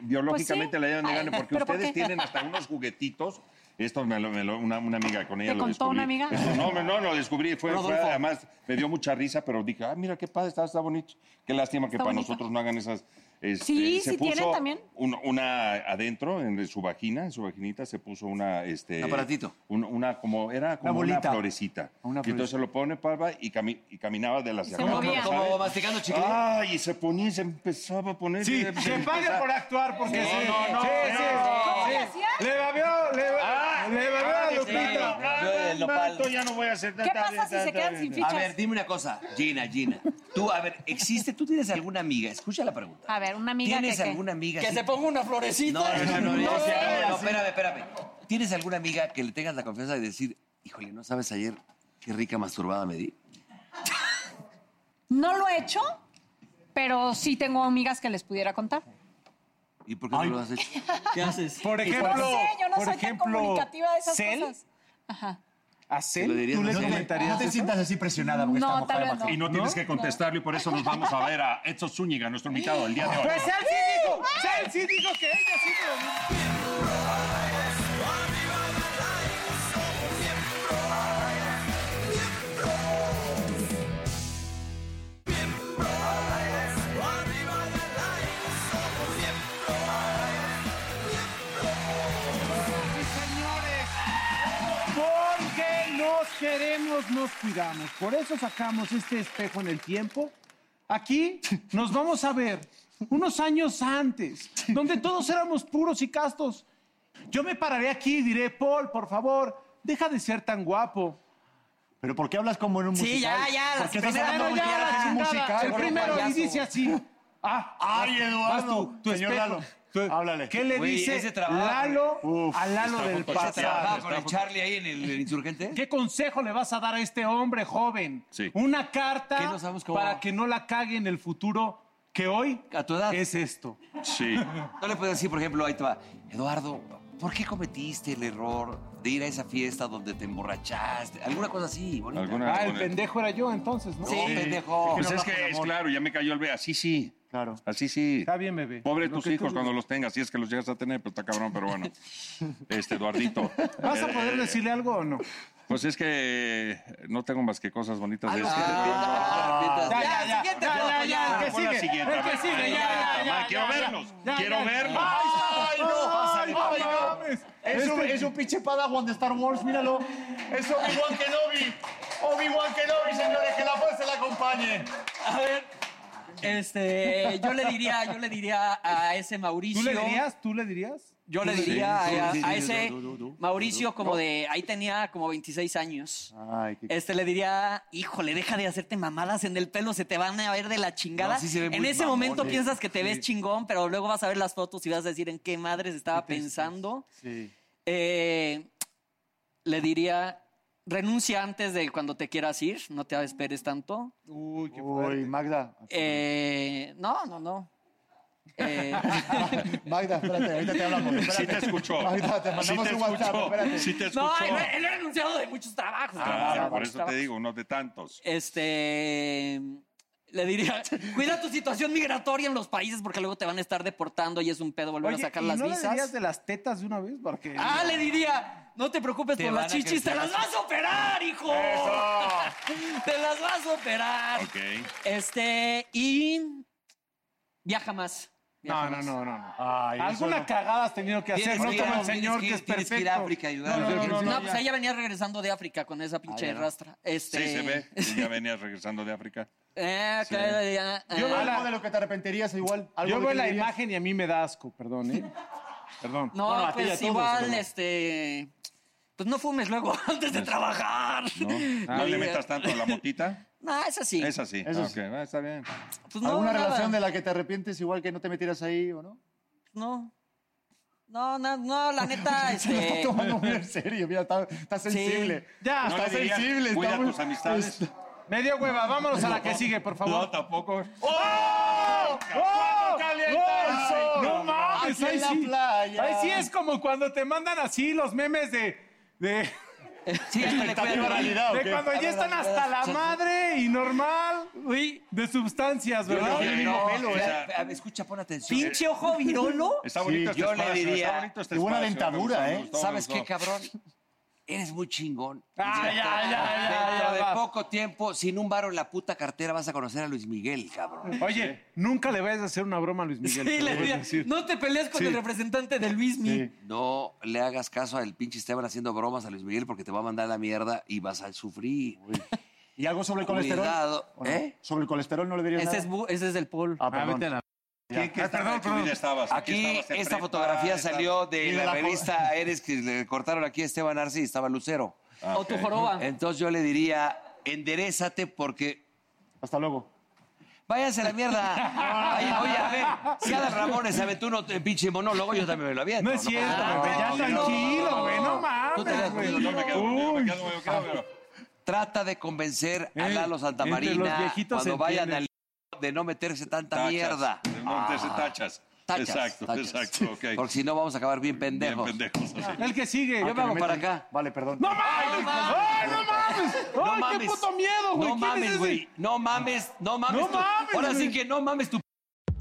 Speaker 7: Pues
Speaker 2: biológicamente
Speaker 7: sí.
Speaker 2: la llevan de gane,
Speaker 7: Ay,
Speaker 2: porque
Speaker 7: ¿pero por
Speaker 2: ustedes
Speaker 7: qué?
Speaker 2: tienen hasta unos juguetitos. Esto me lo, me lo- una, una amiga con ella
Speaker 7: ¿Te
Speaker 2: lo
Speaker 7: contó
Speaker 2: descubrí.
Speaker 7: una amiga?
Speaker 2: Esto, no, me- no, lo descubrí. Fue, fue-
Speaker 5: Rodolfo.
Speaker 2: además, me dio mucha risa, pero dije, ah, mira, qué padre, está, está bonito. Qué lástima que
Speaker 7: Está
Speaker 2: para
Speaker 7: bonito.
Speaker 2: nosotros no hagan esas... este,
Speaker 7: Sí,
Speaker 2: se
Speaker 7: sí tienen
Speaker 2: puso
Speaker 7: también.
Speaker 2: un- una adentro, en su vagina, en su vaginita, se puso una... Este,
Speaker 5: Aparatito.
Speaker 2: un- una como, era como una
Speaker 3: bolita.
Speaker 2: florecita.
Speaker 3: Una
Speaker 2: y entonces lo pone, palpa, y, cami- y caminaba de la
Speaker 7: se
Speaker 2: acá,
Speaker 7: movía.
Speaker 2: ¿sabes?
Speaker 5: Como masticando chicle.
Speaker 2: Ay, y se ponía y se empezaba a poner.
Speaker 4: Sí,
Speaker 2: se
Speaker 4: se paga
Speaker 2: empezaba-
Speaker 4: por actuar, porque
Speaker 2: No,
Speaker 4: sí.
Speaker 2: no, no,
Speaker 4: sí,
Speaker 2: no,
Speaker 4: sí,
Speaker 7: no.
Speaker 4: sí.
Speaker 7: ¿Cómo le hacía?
Speaker 4: Le babió, le
Speaker 2: Ah,
Speaker 4: babió, le babió a
Speaker 2: ah,
Speaker 4: Lupita.
Speaker 2: claro,
Speaker 5: Yo del nopal.
Speaker 2: tanto ya no voy a hacer
Speaker 7: ¿Qué pasa si se quedan sin
Speaker 5: A
Speaker 7: fichas?
Speaker 5: ver, dime una cosa, Gina, Gina. Tú, a ver, existe, tú tienes alguna amiga, escucha la pregunta.
Speaker 7: A ver, una amiga
Speaker 5: ¿Tienes
Speaker 7: que- que-
Speaker 5: alguna amiga?
Speaker 6: Que
Speaker 5: así?
Speaker 6: se ponga una florecita.
Speaker 5: No, no, no, no, no,
Speaker 6: No,
Speaker 5: no,
Speaker 6: sí.
Speaker 5: no, espérame, espérame. ¿Tienes alguna amiga que le tengas la confianza de decir, híjole, no sabes ayer qué rica masturbada me di?
Speaker 7: No lo he hecho, pero sí tengo amigas que les pudiera contar.
Speaker 5: ¿Y por qué no lo has hecho?
Speaker 6: ¿Qué haces?
Speaker 4: Por
Speaker 7: No
Speaker 4: ejemplo,
Speaker 7: sé, yo no
Speaker 4: por
Speaker 7: soy
Speaker 4: ejemplo,
Speaker 7: tan comunicativa de esas
Speaker 4: Cel,
Speaker 7: cosas. Ajá.
Speaker 4: ¿A
Speaker 5: ¿Te lo
Speaker 4: Cel?
Speaker 5: dirías
Speaker 4: ¿Tú
Speaker 5: a
Speaker 4: le
Speaker 5: Cel?
Speaker 3: No
Speaker 4: comentarías
Speaker 3: te sientas así presionada porque
Speaker 7: No,
Speaker 3: esta
Speaker 7: tal
Speaker 3: mujer
Speaker 7: vez no.
Speaker 2: Y no tienes que contestarlo y por eso nos vamos a ver a Edson Zúñiga, nuestro invitado el día de hoy.
Speaker 4: Pues Cel sí dijo, Cel sí dijo que ella sí te lo dijo. señores, porque nos queremos, nos cuidamos. Por eso sacamos este espejo en el tiempo. Aquí nos vamos a ver unos años antes, donde todos éramos puros y castos. Yo me pararé aquí y diré, Paul, por favor, deja de ser tan guapo.
Speaker 3: Pero ¿por qué hablas como en un musical?
Speaker 6: Sí, ya, ya, las
Speaker 3: ¿Por qué estás
Speaker 6: primeras
Speaker 3: hablando
Speaker 6: no,
Speaker 3: como
Speaker 6: ya,
Speaker 3: si
Speaker 6: la
Speaker 3: fueras un
Speaker 6: chingada.
Speaker 3: musical?
Speaker 4: El
Speaker 6: Seguro
Speaker 4: primero y
Speaker 6: payaso.
Speaker 4: dice así. Ah,
Speaker 3: Ay,
Speaker 4: vas-
Speaker 3: Eduardo.
Speaker 4: vas tú, tu
Speaker 3: Señor
Speaker 4: espejo.
Speaker 3: Lalo,
Speaker 4: Tu-
Speaker 3: háblale.
Speaker 4: ¿Qué le
Speaker 5: Güey,
Speaker 4: dice
Speaker 5: ese trabajo,
Speaker 4: Lalo
Speaker 3: Uf,
Speaker 4: a Lalo
Speaker 2: está
Speaker 4: del
Speaker 2: junto a ese
Speaker 4: pasado?
Speaker 5: ¿Trabajaba con el Charlie ahí en el, en el insurgente?
Speaker 4: ¿Qué consejo le vas a dar a este hombre joven?
Speaker 2: Sí.
Speaker 4: Una carta
Speaker 5: ¿Qué no sabemos cómo?
Speaker 4: para que no la cague en el futuro, que hoy
Speaker 5: A tu edad.
Speaker 4: es esto.
Speaker 2: Sí.
Speaker 5: No le puedes decir, por ejemplo, ahí te va, Eduardo, ¿por qué cometiste el error de ir a esa fiesta donde te emborrachaste? Alguna cosa así, bonita.
Speaker 2: Alguna-
Speaker 4: Ah, el
Speaker 2: con el-
Speaker 4: pendejo era yo entonces, ¿no?
Speaker 5: Sí, pendejo.
Speaker 2: Pues
Speaker 3: no
Speaker 2: es
Speaker 3: habla con
Speaker 2: que es
Speaker 3: amor.
Speaker 2: claro, ya me cayó el ve. Así sí.
Speaker 3: Claro.
Speaker 2: Así sí.
Speaker 4: Está bien, bebé.
Speaker 2: Pobre
Speaker 4: Lo
Speaker 2: tus
Speaker 4: que tú
Speaker 2: hijos
Speaker 4: digas.
Speaker 2: cuando los tengas, si es que los llegas a tener, pues está cabrón, pero bueno. Este, Eduardito.
Speaker 4: ¿Vas a
Speaker 2: Eh,
Speaker 4: poder decirle algo o no?
Speaker 2: Pues es que no tengo más que cosas bonitas de
Speaker 5: Algo
Speaker 2: este.
Speaker 5: que te
Speaker 3: Ah,
Speaker 5: arrepientas.
Speaker 4: Ya,
Speaker 5: Ya,
Speaker 4: ya, ya.
Speaker 5: siguiente,
Speaker 4: Ya, ya, ya,
Speaker 5: ya.
Speaker 4: el que
Speaker 2: Pon la
Speaker 4: sigue,
Speaker 2: siguiente,
Speaker 4: el
Speaker 2: a
Speaker 4: que
Speaker 2: ver.
Speaker 4: sigue,
Speaker 2: Ay,
Speaker 4: ya, ya,
Speaker 2: puta madre,
Speaker 4: ya,
Speaker 2: quiero
Speaker 4: ya,
Speaker 2: verlos,
Speaker 4: ya,
Speaker 2: quiero
Speaker 4: ya.
Speaker 2: verlos.
Speaker 4: Ay,
Speaker 3: ¡Ay,
Speaker 4: ay,
Speaker 3: no!
Speaker 4: ay, no
Speaker 3: ¡Ay,
Speaker 4: mames. Este-
Speaker 3: no! Es un- Es un pinche padawan de Star Wars, míralo. Es Obi-Wan Kenobi. Obi-Wan Kenobi, señores, que la fuerza la acompañe.
Speaker 6: A ver. Este, yo le diría, yo le diría a ese Mauricio.
Speaker 4: ¿Tú le dirías? ¿Tú le dirías?
Speaker 6: Yo le
Speaker 5: Sí,
Speaker 6: diría
Speaker 5: sí,
Speaker 6: a,
Speaker 5: sí,
Speaker 6: a
Speaker 5: sí,
Speaker 6: ese
Speaker 5: no, no, no,
Speaker 6: Mauricio como de ahí tenía como 26 años.
Speaker 3: Ay, qué-
Speaker 6: Este le diría, híjole, deja de hacerte mamadas en el pelo, se te van a ver de la chingada.
Speaker 5: No, sí se ve
Speaker 6: en
Speaker 5: muy
Speaker 6: ese momento
Speaker 5: mamón, eh.
Speaker 6: piensas que te ves chingón, pero luego vas a ver las fotos y vas a decir en qué madres estaba pensando.
Speaker 3: Sí.
Speaker 6: Eh, le diría, renuncia antes de cuando te quieras ir, no te esperes tanto.
Speaker 4: Uy, qué
Speaker 3: Uy, Magda.
Speaker 6: Eh, no, no, no. Eh,
Speaker 3: Magda, espérate, ahorita te hablamos.
Speaker 2: Sí te
Speaker 3: ah, Espérate.
Speaker 2: escuchó.
Speaker 3: Ahorita te
Speaker 2: sí
Speaker 3: mandamos
Speaker 2: te
Speaker 3: un WhatsApp,
Speaker 2: escuchó.
Speaker 3: espérate. Ah,
Speaker 2: Sí te escuchó.
Speaker 6: no, él, él ha renunciado de muchos trabajos.
Speaker 2: Claro,
Speaker 6: de
Speaker 2: por
Speaker 6: muchos
Speaker 2: eso te
Speaker 6: trabajos.
Speaker 2: digo, no de tantos.
Speaker 6: Este. Le diría, cuida tu situación migratoria en los países porque luego te van a estar deportando y es un pedo volver
Speaker 4: Oye,
Speaker 6: a sacar
Speaker 4: ¿y
Speaker 6: las
Speaker 4: no le dirías
Speaker 6: visas.
Speaker 4: de las tetas de una vez? Porque...
Speaker 6: Ah, le diría, no te preocupes
Speaker 5: Te
Speaker 6: por
Speaker 5: van
Speaker 6: las
Speaker 5: a
Speaker 6: chichis, te
Speaker 5: crecer
Speaker 6: las
Speaker 5: las-
Speaker 6: vas a operar, hijo. te las vas a operar.
Speaker 2: Ok.
Speaker 6: Este, y viaja más. viaja
Speaker 4: No, no,
Speaker 6: más.
Speaker 4: no, no. no.
Speaker 3: Ay, eso
Speaker 4: Alguna
Speaker 3: no.
Speaker 4: cagada has tenido que hacer,
Speaker 5: Tienes
Speaker 4: no
Speaker 5: que ir
Speaker 4: como
Speaker 5: a-
Speaker 4: el señor que,
Speaker 5: tienes
Speaker 4: es
Speaker 5: que ir- tienes
Speaker 4: perfecto.
Speaker 5: que ir a África a ayudar.
Speaker 4: No, no, no, no,
Speaker 6: No,
Speaker 4: no,
Speaker 6: pues
Speaker 4: ya.
Speaker 6: ella venía regresando de África con esa pinche rastra. Este,
Speaker 2: Sí, se ve. Y ya venías regresando de África.
Speaker 6: Eh, que le diría,
Speaker 4: Yo
Speaker 6: eh,
Speaker 4: veo la-
Speaker 3: Algo de lo que te arrepentirías igual. algo
Speaker 4: Yo
Speaker 3: de
Speaker 4: veo
Speaker 3: que
Speaker 4: la
Speaker 3: dirías.
Speaker 4: imagen y a mí me da asco, perdón, ¿eh? Perdón.
Speaker 6: No,
Speaker 3: Bueno, a ti y a
Speaker 6: pues
Speaker 3: todos,
Speaker 6: igual,
Speaker 3: pero-
Speaker 6: este. Pues no fumes luego antes de trabajar.
Speaker 2: No, no le metas tanto a la motita.
Speaker 6: No, es así.
Speaker 2: Es así.
Speaker 3: Eso
Speaker 2: Ah,
Speaker 3: sí.
Speaker 2: ok, ah, está bien.
Speaker 6: Pues no,
Speaker 3: ¿Alguna
Speaker 6: nada.
Speaker 3: relación de la que te arrepientes igual que no te metieras ahí o no?
Speaker 6: No.
Speaker 8: No, no, no, la neta,
Speaker 3: Se lo está
Speaker 8: este...
Speaker 3: tomando muy en serio, mira, está, está sensible.
Speaker 4: Ya.
Speaker 3: está
Speaker 2: No le digas,
Speaker 3: sensible. está
Speaker 2: cuida
Speaker 3: muy-
Speaker 2: tus amistades.
Speaker 4: Este,
Speaker 3: está-
Speaker 4: Me dio hueva, vámonos a la que sigue, por favor.
Speaker 2: tampoco.
Speaker 4: ¡Oh! ¡Oh! ¡Gol! ¡No mames!
Speaker 3: Aquí
Speaker 4: Ahí
Speaker 3: en la
Speaker 4: sí.
Speaker 3: playa.
Speaker 4: Ahí sí es como cuando te mandan así los memes de. de,
Speaker 8: Sí, ándale,
Speaker 3: viva
Speaker 8: cuídate.
Speaker 3: realidad, ¿o
Speaker 4: de
Speaker 3: qué?
Speaker 4: cuando ya están hasta la madre y normal uy, de sustancias, ¿verdad?
Speaker 5: Yo le diría,
Speaker 2: No,
Speaker 5: pelo,
Speaker 2: esa-
Speaker 5: eh, a- a- Escucha, pon atención.
Speaker 8: Pinche ojo virolo.
Speaker 2: Está bonito este
Speaker 5: yo le
Speaker 2: espacio,
Speaker 5: diría-
Speaker 2: está bonito este
Speaker 3: Y buena
Speaker 2: espacio, me
Speaker 3: dentadura,
Speaker 2: gustó,
Speaker 3: ¿eh?
Speaker 2: me gustó, me
Speaker 5: ¿Sabes qué,
Speaker 2: gustó.
Speaker 5: cabrón? Eres muy chingón.
Speaker 4: Ay, ay, ay, ay,
Speaker 5: Dentro
Speaker 4: ay,
Speaker 5: de
Speaker 4: va.
Speaker 5: poco tiempo, sin un varo en la puta cartera, vas a conocer a Luis Miguel, cabrón.
Speaker 4: Oye, nunca le vayas a hacer una broma a Luis
Speaker 8: Sí,
Speaker 4: Miguel.
Speaker 8: le
Speaker 4: te lo voy a
Speaker 8: diría,
Speaker 4: decir.
Speaker 8: no te pelees con el representante de Luis Mi.
Speaker 5: No le hagas caso al pinche Esteban haciendo bromas a Luis Miguel porque te va a mandar a la mierda y vas a sufrir.
Speaker 3: ¿Y algo sobre el colesterol?
Speaker 5: Cuidado,
Speaker 3: ¿O no?
Speaker 5: ¿eh?
Speaker 3: ¿Sobre el colesterol no le dirías
Speaker 8: Ese
Speaker 3: nada?
Speaker 8: es, bu- ese es del Paul.
Speaker 3: Ah,
Speaker 4: Ah,
Speaker 3: perdón.
Speaker 4: vete a la-
Speaker 2: ¿Qué, qué etapa de tu vida estabas? ¿En qué
Speaker 5: Ah, Aquí
Speaker 2: estabas? ¿En
Speaker 5: esta
Speaker 2: prepa?
Speaker 5: fotografía
Speaker 2: ¿Estabas-
Speaker 5: salió de
Speaker 3: Y de
Speaker 5: la
Speaker 3: la jo-
Speaker 5: revista Eres que le cortaron aquí a Esteban Arce y estaba Lucero.
Speaker 2: Ah,
Speaker 8: O tu
Speaker 2: ok.
Speaker 8: joroba.
Speaker 5: Entonces yo le diría, enderezate porque
Speaker 3: Hasta luego.
Speaker 5: váyanse a la
Speaker 8: Ah,
Speaker 5: mierda. Oye, oye, a ver, si Adal Ramones se aventó uno eh, pinche monólogo, yo también me lo aviento.
Speaker 4: No es
Speaker 5: pasa
Speaker 4: cierto,
Speaker 5: nada.
Speaker 4: güey, ya tranquilo, güey, no
Speaker 5: Tú te das
Speaker 4: mames,
Speaker 5: cuenta,
Speaker 4: güey.
Speaker 2: No me quedo, no me quedo, me quedo, pero-
Speaker 5: Trata de convencer a
Speaker 4: Eh,
Speaker 5: Lalo Santamarina
Speaker 4: entre los viejitos
Speaker 5: cuando
Speaker 4: se
Speaker 5: vayan al
Speaker 4: entienden.
Speaker 5: de no meterse tanta
Speaker 2: Tachas,
Speaker 5: mierda. Ah,
Speaker 2: de No meterse tachas.
Speaker 5: Tachas,
Speaker 2: Exacto,
Speaker 5: tachas.
Speaker 2: exacto, ok.
Speaker 5: Porque si no vamos a acabar bien
Speaker 2: Bien
Speaker 5: pendejos.
Speaker 2: pendejos, así.
Speaker 4: El que
Speaker 8: Ah,
Speaker 4: sigue.
Speaker 5: Yo me hago para acá.
Speaker 3: Vale, perdón.
Speaker 4: ¡No mames! ¡Ay, no mames! ¡Ay, qué puto miedo, güey! ¿Quién
Speaker 5: No
Speaker 4: es
Speaker 5: mames,
Speaker 4: ese?
Speaker 5: güey. No mames, no mames.
Speaker 4: No
Speaker 5: tú.
Speaker 4: mames,
Speaker 5: Ahora sí
Speaker 4: güey.
Speaker 5: que no mames tu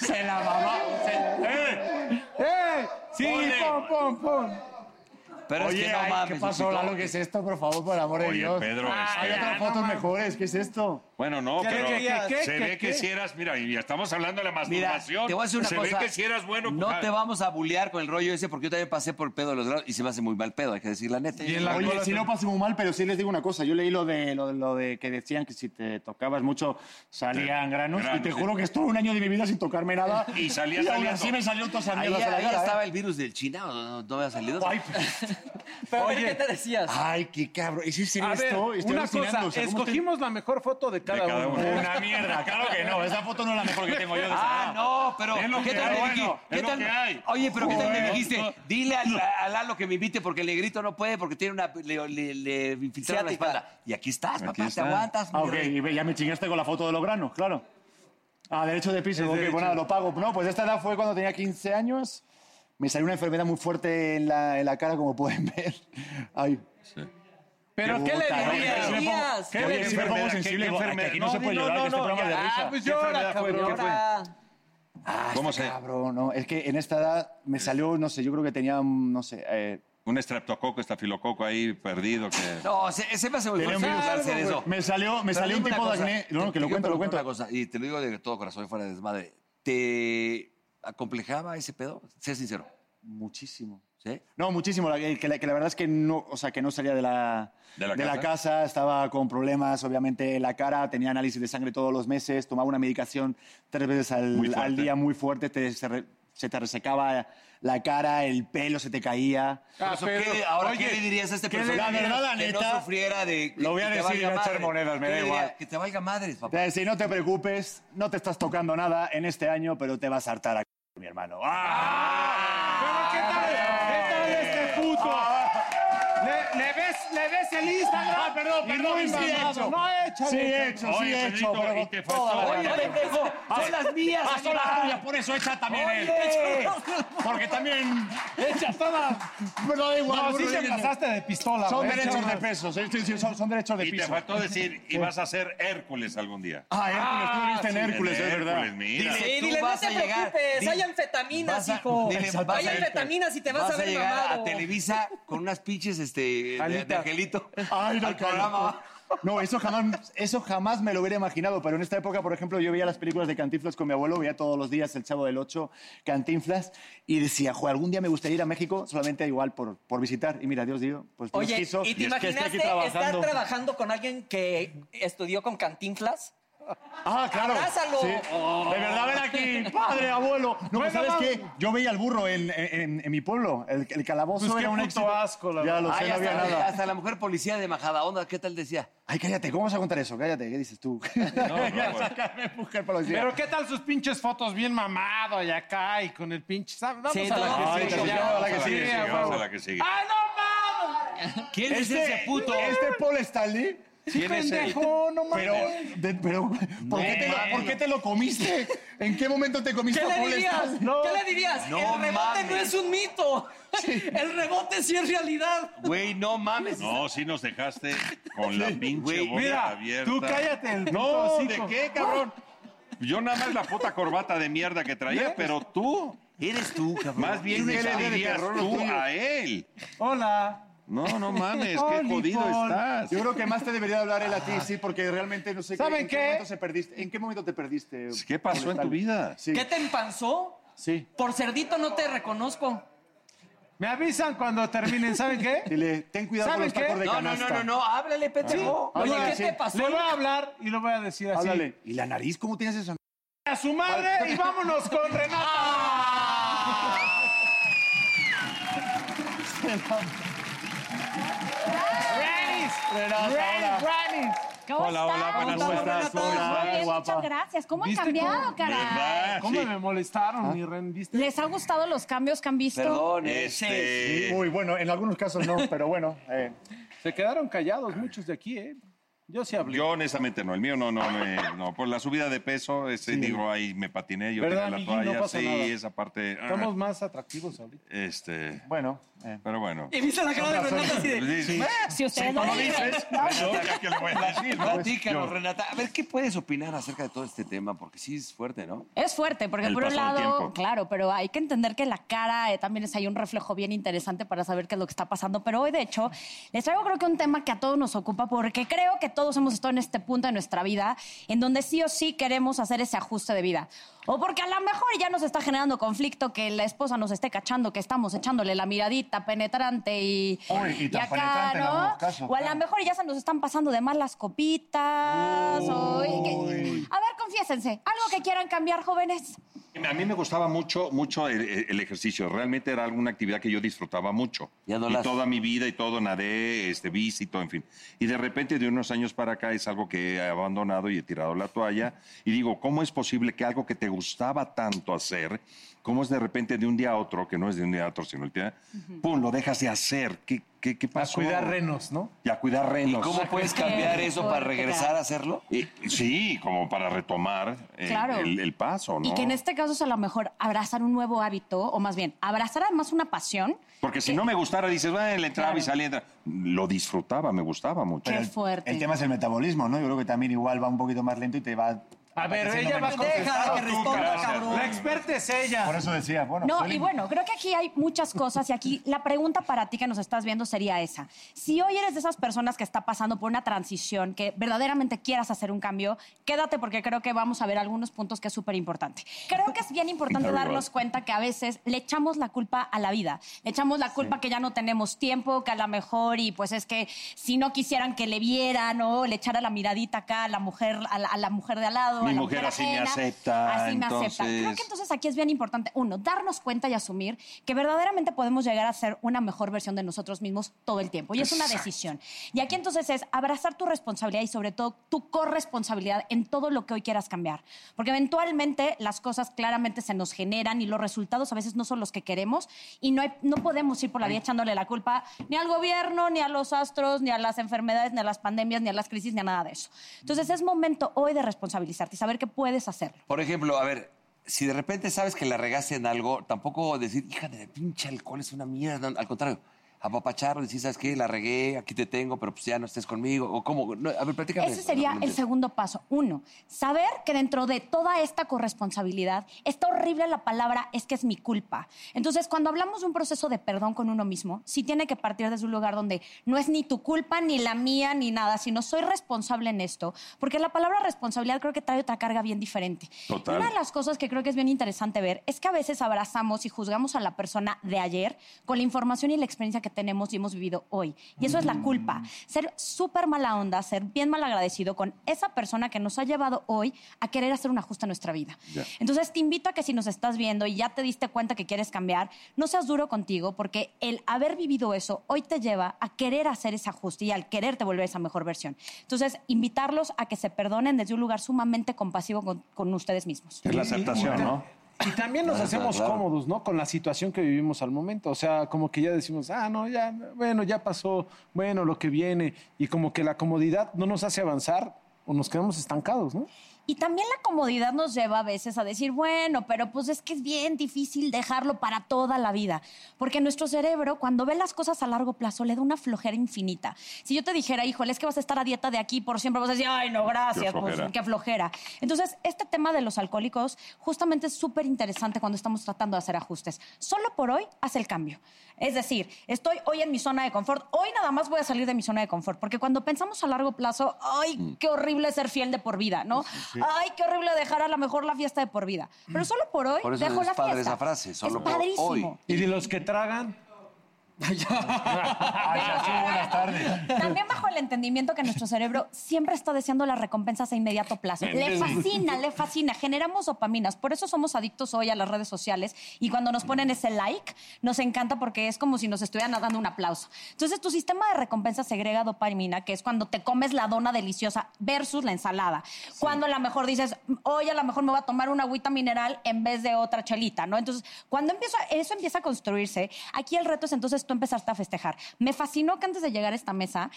Speaker 3: Se la mamá.
Speaker 4: ¡Eh! ¡Sí! ¡Pum, pum, pum!
Speaker 5: Pero
Speaker 3: Oye,
Speaker 5: es que no
Speaker 3: ay,
Speaker 5: mames.
Speaker 3: ¿qué pasó,
Speaker 5: Luisito.
Speaker 3: Lalo? ¿Qué es esto, por favor, por el amor de
Speaker 2: Oye,
Speaker 3: Dios?
Speaker 2: Pedro,
Speaker 3: Hay
Speaker 2: este-
Speaker 3: otras fotos mejores. ¿Qué es esto?
Speaker 2: Bueno, no,
Speaker 4: Ya ve
Speaker 2: pero
Speaker 4: que- que-
Speaker 2: se
Speaker 4: que-
Speaker 2: ve que
Speaker 4: que-
Speaker 2: si eras, mira, y ya estamos hablando de la
Speaker 5: Mira,
Speaker 2: masturbación.
Speaker 5: te voy a decir una
Speaker 2: se
Speaker 5: cosa.
Speaker 2: ve que si eras bueno.
Speaker 5: No
Speaker 2: pues,
Speaker 5: te vamos a bullear con el rollo ese porque yo también pasé por el pedo de los grados y se me hace muy mal pedo, hay que decir la neta.
Speaker 3: Oye, si no pasé muy mal, pero sí les digo una cosa. Yo leí lo de, lo, de- lo de que decían que si te tocabas mucho salían granos,
Speaker 2: granos,
Speaker 3: y te
Speaker 2: sí.
Speaker 3: juro que estuve un año de mi vida sin tocarme nada.
Speaker 2: Y salía
Speaker 3: Y aún
Speaker 2: saliendo.
Speaker 3: así me salió todas esas
Speaker 5: Ahí,
Speaker 3: mierdas a la
Speaker 5: ahí
Speaker 3: cara, ¿eh?
Speaker 5: estaba el virus del China, ¿o no, no había salido.
Speaker 3: Ay,
Speaker 8: Pero a ver, ¿qué te decías?
Speaker 3: ay, qué cabrón. ¿Es en serio
Speaker 4: A ver,
Speaker 3: esto? Estoy
Speaker 4: una
Speaker 3: alucinando,
Speaker 4: cosa,
Speaker 3: o sea, ¿cómo estoy-
Speaker 4: escogimos la mejor foto de cada,
Speaker 2: cada
Speaker 4: uno.
Speaker 2: uno.
Speaker 3: Una mierda, claro que no. Esa foto no es la mejor que tengo yo de
Speaker 5: Ah,
Speaker 3: esa
Speaker 5: no, pero
Speaker 2: Es lo
Speaker 5: ¿qué
Speaker 2: que hay,
Speaker 5: tal me dijiste?
Speaker 2: bueno,
Speaker 5: ¿Qué
Speaker 2: es lo
Speaker 5: tal-
Speaker 2: que hay.
Speaker 5: Oye, pero ¿qué tal me
Speaker 2: Bueno.
Speaker 5: dijiste? Dile al- a, a Lalo que me invite porque el negrito no puede porque tiene una le, le, le infiltraron la
Speaker 8: Ciática.
Speaker 5: espalda. Y aquí estás, papá,
Speaker 2: está.
Speaker 5: te aguantas.
Speaker 3: Ah,
Speaker 5: mi
Speaker 3: ok,
Speaker 5: rey.
Speaker 3: y ve, ya me chingaste con la foto de los granos, claro. Ah, derecho de piso, ok,
Speaker 4: derecho.
Speaker 3: bueno, lo pago. No, pues esta edad fue cuando tenía 15 años. Me salió una enfermedad muy fuerte en la, en la cara, como pueden ver. Ay,
Speaker 4: ¿Pero qué le dirías?
Speaker 3: puta, oye, si me pongo-
Speaker 8: dirías?
Speaker 3: oye, si me pongo
Speaker 2: enfermedad,
Speaker 3: sensible,
Speaker 2: qué- qué
Speaker 3: aquí-
Speaker 2: enfermedad.
Speaker 3: aquí no,
Speaker 2: No,
Speaker 3: se puede
Speaker 2: no,
Speaker 3: llorar,
Speaker 2: no,
Speaker 3: que este
Speaker 2: no,
Speaker 3: programa
Speaker 2: ya.
Speaker 3: de risa.
Speaker 4: Ah, pues
Speaker 2: ¿Qué
Speaker 4: llora,
Speaker 2: enfermedad fue?
Speaker 4: cabrón.
Speaker 2: ¿Qué fue?
Speaker 8: Ahora,
Speaker 2: ¿Cómo se?
Speaker 3: Ah, Cabrón, no, es que en esta edad me salió, no sé, yo creo que tenía, mm, no sé, eh,
Speaker 2: Un estreptococo, estafilococo ahí perdido. Que...
Speaker 5: No, se, se me hace muy
Speaker 3: tenía
Speaker 5: mal
Speaker 3: un virus.
Speaker 5: pensar en eso.
Speaker 3: Me salió, me
Speaker 5: Pero
Speaker 3: salió un
Speaker 5: dime
Speaker 3: tipo
Speaker 5: una
Speaker 3: de
Speaker 5: cosa,
Speaker 3: acné.
Speaker 5: te-
Speaker 3: No, no, que
Speaker 5: te
Speaker 3: lo
Speaker 5: quiero
Speaker 3: cuento, lo
Speaker 5: preguntar
Speaker 3: cuento.
Speaker 5: una cosa, y te lo digo de todo corazón y fuera de desmadre. ¿Te acomplejaba ese pedo? Sé sincero.
Speaker 3: Muchísimo.
Speaker 5: ¿sí?
Speaker 3: No, muchísimo. La, que, la, que la verdad es que no, o sea, que no salía de la,
Speaker 2: ¿De la casa?
Speaker 3: casa, Estaba con problemas, obviamente, en la cara. Tenía análisis de sangre todos los meses. Tomaba una medicación tres veces
Speaker 2: Muy
Speaker 3: al,
Speaker 2: fuerte.
Speaker 3: al día muy fuerte. te- se, re- se te resecaba la cara, el pelo se te caía.
Speaker 4: Ah,
Speaker 5: Eso,
Speaker 4: Pedro,
Speaker 5: ¿qué le- ahora, ¿qué
Speaker 4: oye,
Speaker 5: le dirías a este
Speaker 3: ¿qué le
Speaker 5: personaje?
Speaker 3: dirías? La verdad, la
Speaker 5: que no
Speaker 3: neta,
Speaker 5: sufriera de.
Speaker 3: lo voy a
Speaker 5: que te
Speaker 3: decir y
Speaker 5: valga
Speaker 3: voy a echar
Speaker 5: madre.
Speaker 3: monedas, me
Speaker 5: ¿Qué
Speaker 3: da
Speaker 5: le
Speaker 3: igual.
Speaker 5: diría? Que te valga madres, papá.
Speaker 3: Te decía, no te preocupes, no te estás tocando nada en este año, pero te vas a hartar a c- mi hermano. ¡Ah!
Speaker 4: ¿Pero qué tal? ¿Qué tal este puto? ¿Le, le ves le des el Instagram.
Speaker 1: Ah, perdón,
Speaker 4: y
Speaker 1: perdón,
Speaker 4: no
Speaker 1: sí
Speaker 4: invades.
Speaker 1: he hecho.
Speaker 4: No, échale.
Speaker 1: Sí he hecho, sí
Speaker 4: Oye,
Speaker 1: he
Speaker 4: Pedrito,
Speaker 1: hecho. pero-
Speaker 4: y te faltó.
Speaker 1: Toda la
Speaker 4: Oye,
Speaker 1: gana.
Speaker 4: pendejo,
Speaker 1: Ah,
Speaker 4: son las mías,
Speaker 1: Ah, son las
Speaker 4: animal.
Speaker 1: tuyas, por eso echa también él.
Speaker 4: Oye.
Speaker 1: Porque también echa todas. Pero da igual.
Speaker 4: No, sí
Speaker 1: burro,
Speaker 4: te
Speaker 1: ya-
Speaker 4: pasaste de pistola,
Speaker 1: Son
Speaker 4: güey.
Speaker 1: derechos de
Speaker 4: Échalas.
Speaker 1: peso, sí, sí, sí, son, son derechos de
Speaker 2: Y
Speaker 1: piso.
Speaker 2: te faltó decir, y
Speaker 1: Sí.
Speaker 2: vas a ser Hércules algún día.
Speaker 1: Ah, Hércules, tú viviste en
Speaker 2: sí,
Speaker 1: Hércules,
Speaker 2: en
Speaker 1: es verdad.
Speaker 2: Hércules, mira.
Speaker 6: Sí, dile, no
Speaker 5: vas
Speaker 6: te
Speaker 5: a llegar,
Speaker 6: preocupes,
Speaker 5: dile-
Speaker 6: hay anfetaminas,
Speaker 5: vas a-
Speaker 6: hijo.
Speaker 5: dile, vas
Speaker 6: hay
Speaker 5: a-
Speaker 6: anfetaminas y te vas, a ver
Speaker 5: llegar
Speaker 6: mamado.
Speaker 5: a Televisa con unas pinches este, de, de
Speaker 3: Alitas.
Speaker 5: angelito.
Speaker 3: Ay, no,
Speaker 5: al programa.
Speaker 3: No, eso jamás, eso jamás me lo hubiera imaginado, pero en esta época, por ejemplo, yo veía las películas de Cantinflas con mi abuelo, veía todos los días El Chavo del Ocho, Cantinflas, y decía, "Jo, algún día me gustaría ir a México, solamente igual por, por visitar. Y mira, Dios digo, pues Dios
Speaker 6: Oye,
Speaker 3: quiso
Speaker 6: ¿y te
Speaker 3: que esté
Speaker 6: imaginaste
Speaker 3: aquí
Speaker 6: estar
Speaker 3: trabajando.
Speaker 6: trabajando con alguien que estudió con Cantinflas?
Speaker 3: Ah, claro.
Speaker 6: Abrázalo.
Speaker 3: Sí. De verdad, ven aquí, padre, abuelo. No,
Speaker 6: Bueno,
Speaker 3: pero ¿sabes
Speaker 6: vamos.
Speaker 3: qué? Yo veía al burro en, en- en mi pueblo. El, el calabozo
Speaker 4: Pues qué
Speaker 3: era un
Speaker 4: puto
Speaker 3: éxito.
Speaker 4: asco, la
Speaker 3: Ya
Speaker 4: verdad.
Speaker 3: lo sé,
Speaker 5: Ay,
Speaker 3: no había
Speaker 5: hasta,
Speaker 3: nada.
Speaker 5: hasta la mujer policía de Majada Onda, ¿qué tal decía?
Speaker 3: Ay, cállate, ¿cómo vas a contar eso? Cállate, ¿qué dices tú? Ya sácame, mujer, para los días.
Speaker 4: Pero qué tal sus pinches fotos bien mamado y acá y con el pinche. ¿sabes? Vamos
Speaker 2: Sí,
Speaker 4: a la
Speaker 2: no,
Speaker 4: que
Speaker 2: sí,
Speaker 4: sigue,
Speaker 2: sí,
Speaker 4: ya,
Speaker 2: vamos a la que
Speaker 4: sí,
Speaker 2: sigue, sí,
Speaker 4: a
Speaker 2: vamos a
Speaker 4: huevo.
Speaker 2: la que sigue.
Speaker 4: ¡Ah, no mames!
Speaker 5: ¿Quién es ese puto?
Speaker 3: ¿Este Paul Stanley?
Speaker 4: Sí,
Speaker 3: ¿Quién
Speaker 4: es
Speaker 3: es
Speaker 4: él?
Speaker 3: pendejo, no mames.
Speaker 4: Pero-
Speaker 3: De- pero, ¿por, qué te lo,
Speaker 5: mames.
Speaker 3: por qué te lo comiste? ¿En qué momento te comiste
Speaker 6: ¿Qué
Speaker 3: a
Speaker 6: le
Speaker 3: Paul
Speaker 6: dirías?
Speaker 3: Stanley?
Speaker 6: ¿Qué le dirías?
Speaker 5: No
Speaker 6: el rebote
Speaker 5: mames.
Speaker 6: no es un mito. El rebote sí es realidad.
Speaker 5: Güey, no mames.
Speaker 2: No, sí nos dejaste con la pinche boca
Speaker 4: Mira,
Speaker 2: abierta.
Speaker 4: tú cállate. el puto
Speaker 2: No, ¿de
Speaker 4: hocico.
Speaker 2: qué, cabrón? Yo nada más la puta corbata de mierda que traía, pero tú,
Speaker 5: Eres tú, cabrón.
Speaker 2: más bien,
Speaker 3: Es
Speaker 2: ¿qué
Speaker 3: una
Speaker 2: le
Speaker 3: historia de
Speaker 2: dirías
Speaker 3: terror lo
Speaker 2: tú
Speaker 3: tuyo.
Speaker 2: a él?
Speaker 4: Hola.
Speaker 2: No, no mames, qué
Speaker 4: Oli,
Speaker 2: jodido
Speaker 4: Paul.
Speaker 2: estás.
Speaker 3: Yo creo que más te debería hablar él a ti, sí, porque realmente no sé
Speaker 4: ¿Saben
Speaker 3: en
Speaker 4: qué?
Speaker 3: momento se perdiste. ¿En qué momento te perdiste?
Speaker 2: ¿Qué pasó en tu vida?
Speaker 3: Sí,
Speaker 6: ¿Qué te empanzó?
Speaker 3: sí.
Speaker 6: Por cerdito no te reconozco.
Speaker 4: Me avisan cuando terminen, ¿saben qué?
Speaker 3: Dile, ten cuidado con
Speaker 4: ¿Saben
Speaker 3: los
Speaker 4: qué?
Speaker 3: tacos de
Speaker 5: No, no,
Speaker 3: canasta.
Speaker 5: no, no, no, háblale, pendejo.
Speaker 3: Ah,
Speaker 6: Oye,
Speaker 3: háblale,
Speaker 6: ¿qué
Speaker 3: sí.
Speaker 6: te pasó?
Speaker 4: Le voy a hablar y lo voy a decir así.
Speaker 3: Háblale. ¿Y la nariz cómo tienes eso?
Speaker 4: A su madre y vámonos con Renata.
Speaker 1: Ah.
Speaker 4: Renis.
Speaker 3: Renata, hola.
Speaker 4: Renis.
Speaker 9: ¿Cómo
Speaker 2: Hola,
Speaker 9: están?
Speaker 2: hola, buenas
Speaker 9: ¿Cómo
Speaker 2: tardes.
Speaker 9: están?
Speaker 3: Hola,
Speaker 9: Muy bien,
Speaker 3: guapa.
Speaker 9: muchas gracias. ¿Cómo han
Speaker 4: ¿Viste
Speaker 9: cambiado,
Speaker 4: cómo?
Speaker 9: caray?
Speaker 2: ¿Verdad?
Speaker 4: ¿Cómo
Speaker 2: Sí.
Speaker 4: me molestaron,
Speaker 3: Ah.
Speaker 4: mi Ren? ¿Viste?
Speaker 9: ¿Les ha gustado los cambios que han visto?
Speaker 5: Perdón, eh.
Speaker 2: Este,
Speaker 3: Uy, bueno, en algunos casos no, pero bueno. eh,
Speaker 4: Se quedaron callados muchos de aquí, ¿eh? Yo sí hablé.
Speaker 2: Yo honestamente no, el mío no, no, me- no, por la subida de peso, este, digo, ahí me patiné, yo
Speaker 4: ¿Verdad,
Speaker 2: tiré la
Speaker 4: amiguín?
Speaker 2: toalla,
Speaker 4: No pasa
Speaker 2: sí,
Speaker 4: nada.
Speaker 2: esa parte, ah,
Speaker 4: Estamos más atractivos ahorita.
Speaker 2: este,
Speaker 3: bueno, eh.
Speaker 2: pero bueno.
Speaker 6: Y viste la cara de Renata así de...
Speaker 2: Sí.
Speaker 9: Si ustedes
Speaker 2: Como
Speaker 9: no lo
Speaker 2: dices, resulta que le voy a decir, ¿no?
Speaker 5: Platícanos, Renata. A ver, ¿qué puedes opinar acerca de todo este tema? Porque sí es fuerte, ¿no?
Speaker 9: Es fuerte, porque
Speaker 2: El
Speaker 9: por un
Speaker 2: paso del tiempo.
Speaker 9: lado, claro, pero hay que entender que la cara eh, también es ahí un reflejo bien interesante para saber qué es lo que está pasando. Pero hoy, de hecho, les traigo creo que un tema que a todos nos ocupa, porque creo que todos hemos estado en este punto de nuestra vida en donde sí o sí queremos hacer ese ajuste de vida. O porque a lo mejor ya nos está generando conflicto que la esposa nos esté cachando, que estamos echándole la miradita penetrante y,
Speaker 3: Uy, y tan penetrante en algunos casos,
Speaker 9: o a lo
Speaker 3: claro.
Speaker 9: mejor ya se nos están pasando de más las copitas. o- y que- A ver, confiésense, algo que quieran cambiar, jóvenes.
Speaker 2: A mí me gustaba mucho, mucho el, el ejercicio. Realmente era alguna actividad que yo disfrutaba mucho.
Speaker 5: Ya no la
Speaker 2: Y
Speaker 5: haces.
Speaker 2: toda mi vida y todo nadé, este, bici, todo, en fin. Y de repente, de unos años para acá, es algo que he abandonado y he tirado la toalla. Y digo, ¿cómo es posible que algo que te gustaba tanto hacer, cómo es de repente de un día a otro, que no es de un día a otro, sino el día, pum, lo dejas de hacer? ¿Qué, qué, qué
Speaker 4: Para
Speaker 2: pasó?
Speaker 4: cuidar renos, ¿no?
Speaker 2: Y a cuidar
Speaker 5: ¿Y
Speaker 2: renos.
Speaker 5: cómo puedes cambiar eso para regresar a hacerlo?
Speaker 2: Eh, Sí, como para retomar el,
Speaker 9: Claro.
Speaker 2: el- el paso, ¿no?
Speaker 9: Y que en este caso es a lo mejor abrazar un nuevo hábito, o más bien, abrazar además una pasión.
Speaker 2: Porque si no me gustara, dices, bueno, le entraba y
Speaker 9: Claro.
Speaker 2: salía. entra-". Lo disfrutaba, me gustaba mucho.
Speaker 9: Qué
Speaker 3: el-
Speaker 9: fuerte.
Speaker 3: El tema es el metabolismo, ¿no? Yo creo que también igual va un poquito más lento y te va.
Speaker 4: A ver,
Speaker 3: apeteciendo
Speaker 4: ella va a
Speaker 3: menos.
Speaker 6: Déjala que
Speaker 4: contestar.
Speaker 6: responda,
Speaker 2: gracias.
Speaker 6: cabrón.
Speaker 4: La experta es
Speaker 3: Por
Speaker 4: ella.
Speaker 3: eso decía, bueno.
Speaker 9: No,
Speaker 3: pues, soy
Speaker 9: y bueno, creo que aquí hay muchas cosas y aquí la pregunta para ti que nos estás viendo sería esa. Si hoy eres de esas personas que está pasando por una transición, que verdaderamente quieras hacer un cambio, quédate porque creo que vamos a ver algunos puntos que es súper importante. Creo que es bien importante darnos cuenta que a veces le echamos la culpa a la vida, le echamos la culpa que ya no tenemos tiempo, que a lo mejor y pues es que si no quisieran que le vieran o le echara la miradita acá a la mujer, a la, a la mujer de al lado. a
Speaker 2: Mi
Speaker 9: la
Speaker 2: mujer así me
Speaker 9: ajena,
Speaker 2: acepta,
Speaker 9: Así me acepta. Creo
Speaker 2: Ah, entonces-
Speaker 9: que entonces aquí es bien importante, uno, darnos cuenta y asumir que verdaderamente podemos llegar a ser una mejor versión de nosotros mismos todo el tiempo. Y es una
Speaker 10: Exacto.
Speaker 9: decisión. Y aquí entonces es abrazar tu responsabilidad y sobre todo tu corresponsabilidad en todo lo que hoy quieras cambiar. Porque eventualmente las cosas claramente se nos generan y los resultados a veces no son los que queremos y no, hay- no podemos ir por la vida echándole la culpa ni al gobierno, ni a los astros, ni a las enfermedades, ni a las pandemias, ni a las crisis, ni a nada de eso. Entonces es momento hoy de responsabilizarte y saber que puedes hacerlo.
Speaker 5: Por ejemplo, a ver, si de repente sabes que la regaste en algo, tampoco decir, hija de la pinche alcohol es una mierda. Al contrario, apapacharlo y decir, ¿sabes qué? La regué, aquí te tengo, pero pues ya no estés conmigo. O cómo. No, a ver, platícame.
Speaker 9: Ese sería el segundo paso. Uno, saber que dentro de toda esta corresponsabilidad, está horrible la palabra, es que es mi culpa. Entonces, cuando hablamos de un proceso de perdón con uno mismo, sí tiene que partir desde un lugar donde no es ni tu culpa, ni la mía, ni nada, sino soy responsable en esto. Porque la palabra responsabilidad creo que trae otra carga bien diferente.
Speaker 10: Total.
Speaker 9: Una de las cosas que creo que es bien interesante ver es que a veces abrazamos y juzgamos a la persona de ayer con la información y la experiencia que tenemos y hemos vivido hoy. Y eso es la culpa. Ser súper mala onda, ser bien mal agradecido con esa persona que nos ha llevado hoy a querer hacer un ajuste a nuestra vida. Entonces te invito a que si nos estás viendo y ya te diste cuenta que quieres cambiar, no seas duro contigo porque el haber vivido eso hoy te lleva a querer hacer ese ajuste y al quererte volver esa mejor versión. Entonces, invitarlos a que se perdonen desde un lugar sumamente compasivo con, con ustedes mismos.
Speaker 2: Es la aceptación, ¿no?
Speaker 4: Y también nos
Speaker 2: Claro,
Speaker 4: hacemos
Speaker 2: claro, claro.
Speaker 4: cómodos, ¿no? Con la situación que vivimos al momento. O sea, como que ya decimos, ah, no, ya, bueno, ya pasó, bueno, lo que viene. Y como que la comodidad no nos hace avanzar o nos quedamos estancados, ¿no?
Speaker 9: Y también la comodidad nos lleva a veces a decir, bueno, pero pues es que es bien difícil dejarlo para toda la vida. Porque nuestro cerebro, cuando ve las cosas a largo plazo, le da una flojera infinita. Si yo te dijera, híjole, es que vas a estar a dieta de aquí por siempre, vas a decir, ay, no, gracias,
Speaker 10: Qué
Speaker 9: pues,
Speaker 10: flojera.
Speaker 9: qué flojera. Entonces, este tema de los alcohólicos justamente es súper interesante cuando estamos tratando de hacer ajustes. Solo por hoy, haz el cambio. Es decir, estoy hoy en mi zona de confort, hoy nada más voy a salir de mi zona de confort, porque cuando pensamos a largo plazo, ay, qué horrible ser fiel de por vida, ¿no?
Speaker 5: Mm. Sí. Mm.
Speaker 9: Ay, qué horrible dejar a lo mejor la fiesta de por vida. Pero solo por hoy
Speaker 5: Por eso
Speaker 9: dejo
Speaker 5: es
Speaker 9: la
Speaker 5: padre
Speaker 9: fiesta.
Speaker 5: esa frase, solo
Speaker 9: es
Speaker 5: por
Speaker 9: padrísimo.
Speaker 5: hoy.
Speaker 4: Y de los que tragan.
Speaker 9: También bajo el entendimiento que nuestro cerebro siempre está deseando las recompensas a inmediato plazo. Le fascina, le fascina. Generamos dopaminas. Por eso somos adictos hoy a las redes sociales. Y cuando nos ponen ese like, nos encanta porque es como si nos estuvieran dando un aplauso. Entonces, tu sistema de recompensa segrega dopamina, que es cuando te comes la dona deliciosa versus la ensalada. Cuando a lo mejor dices, hoy a lo mejor me voy a tomar una agüita mineral en vez de otra chelita, ¿no? Entonces, cuando empiezo, eso empieza a construirse, aquí el reto es entonces tú empezarte a festejar. Me fascinó que antes de llegar a esta mesa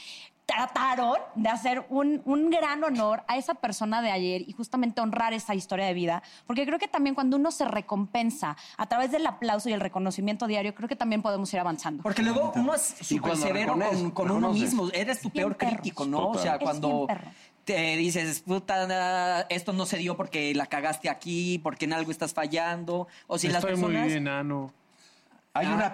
Speaker 9: trataron de hacer un, un gran honor a esa persona de ayer y justamente honrar esa historia de vida, porque creo que también cuando uno se recompensa a través del aplauso y el reconocimiento diario, creo que también podemos ir avanzando.
Speaker 8: Porque luego uno es
Speaker 9: Y
Speaker 8: súper
Speaker 9: cuando
Speaker 8: severo
Speaker 9: reconoces,
Speaker 8: con, con uno
Speaker 9: reconoces.
Speaker 8: mismo. Eres tu peor crítico, ¿no? O
Speaker 9: Total.
Speaker 8: sea,
Speaker 9: Eres
Speaker 8: cuando
Speaker 9: bien perro.
Speaker 8: te dices, puta, na- esto no se dio porque la cagaste aquí, porque en algo estás fallando. O si las
Speaker 4: Estoy
Speaker 8: personas...
Speaker 4: muy bien, ano.
Speaker 2: Hay
Speaker 8: Ah.
Speaker 2: una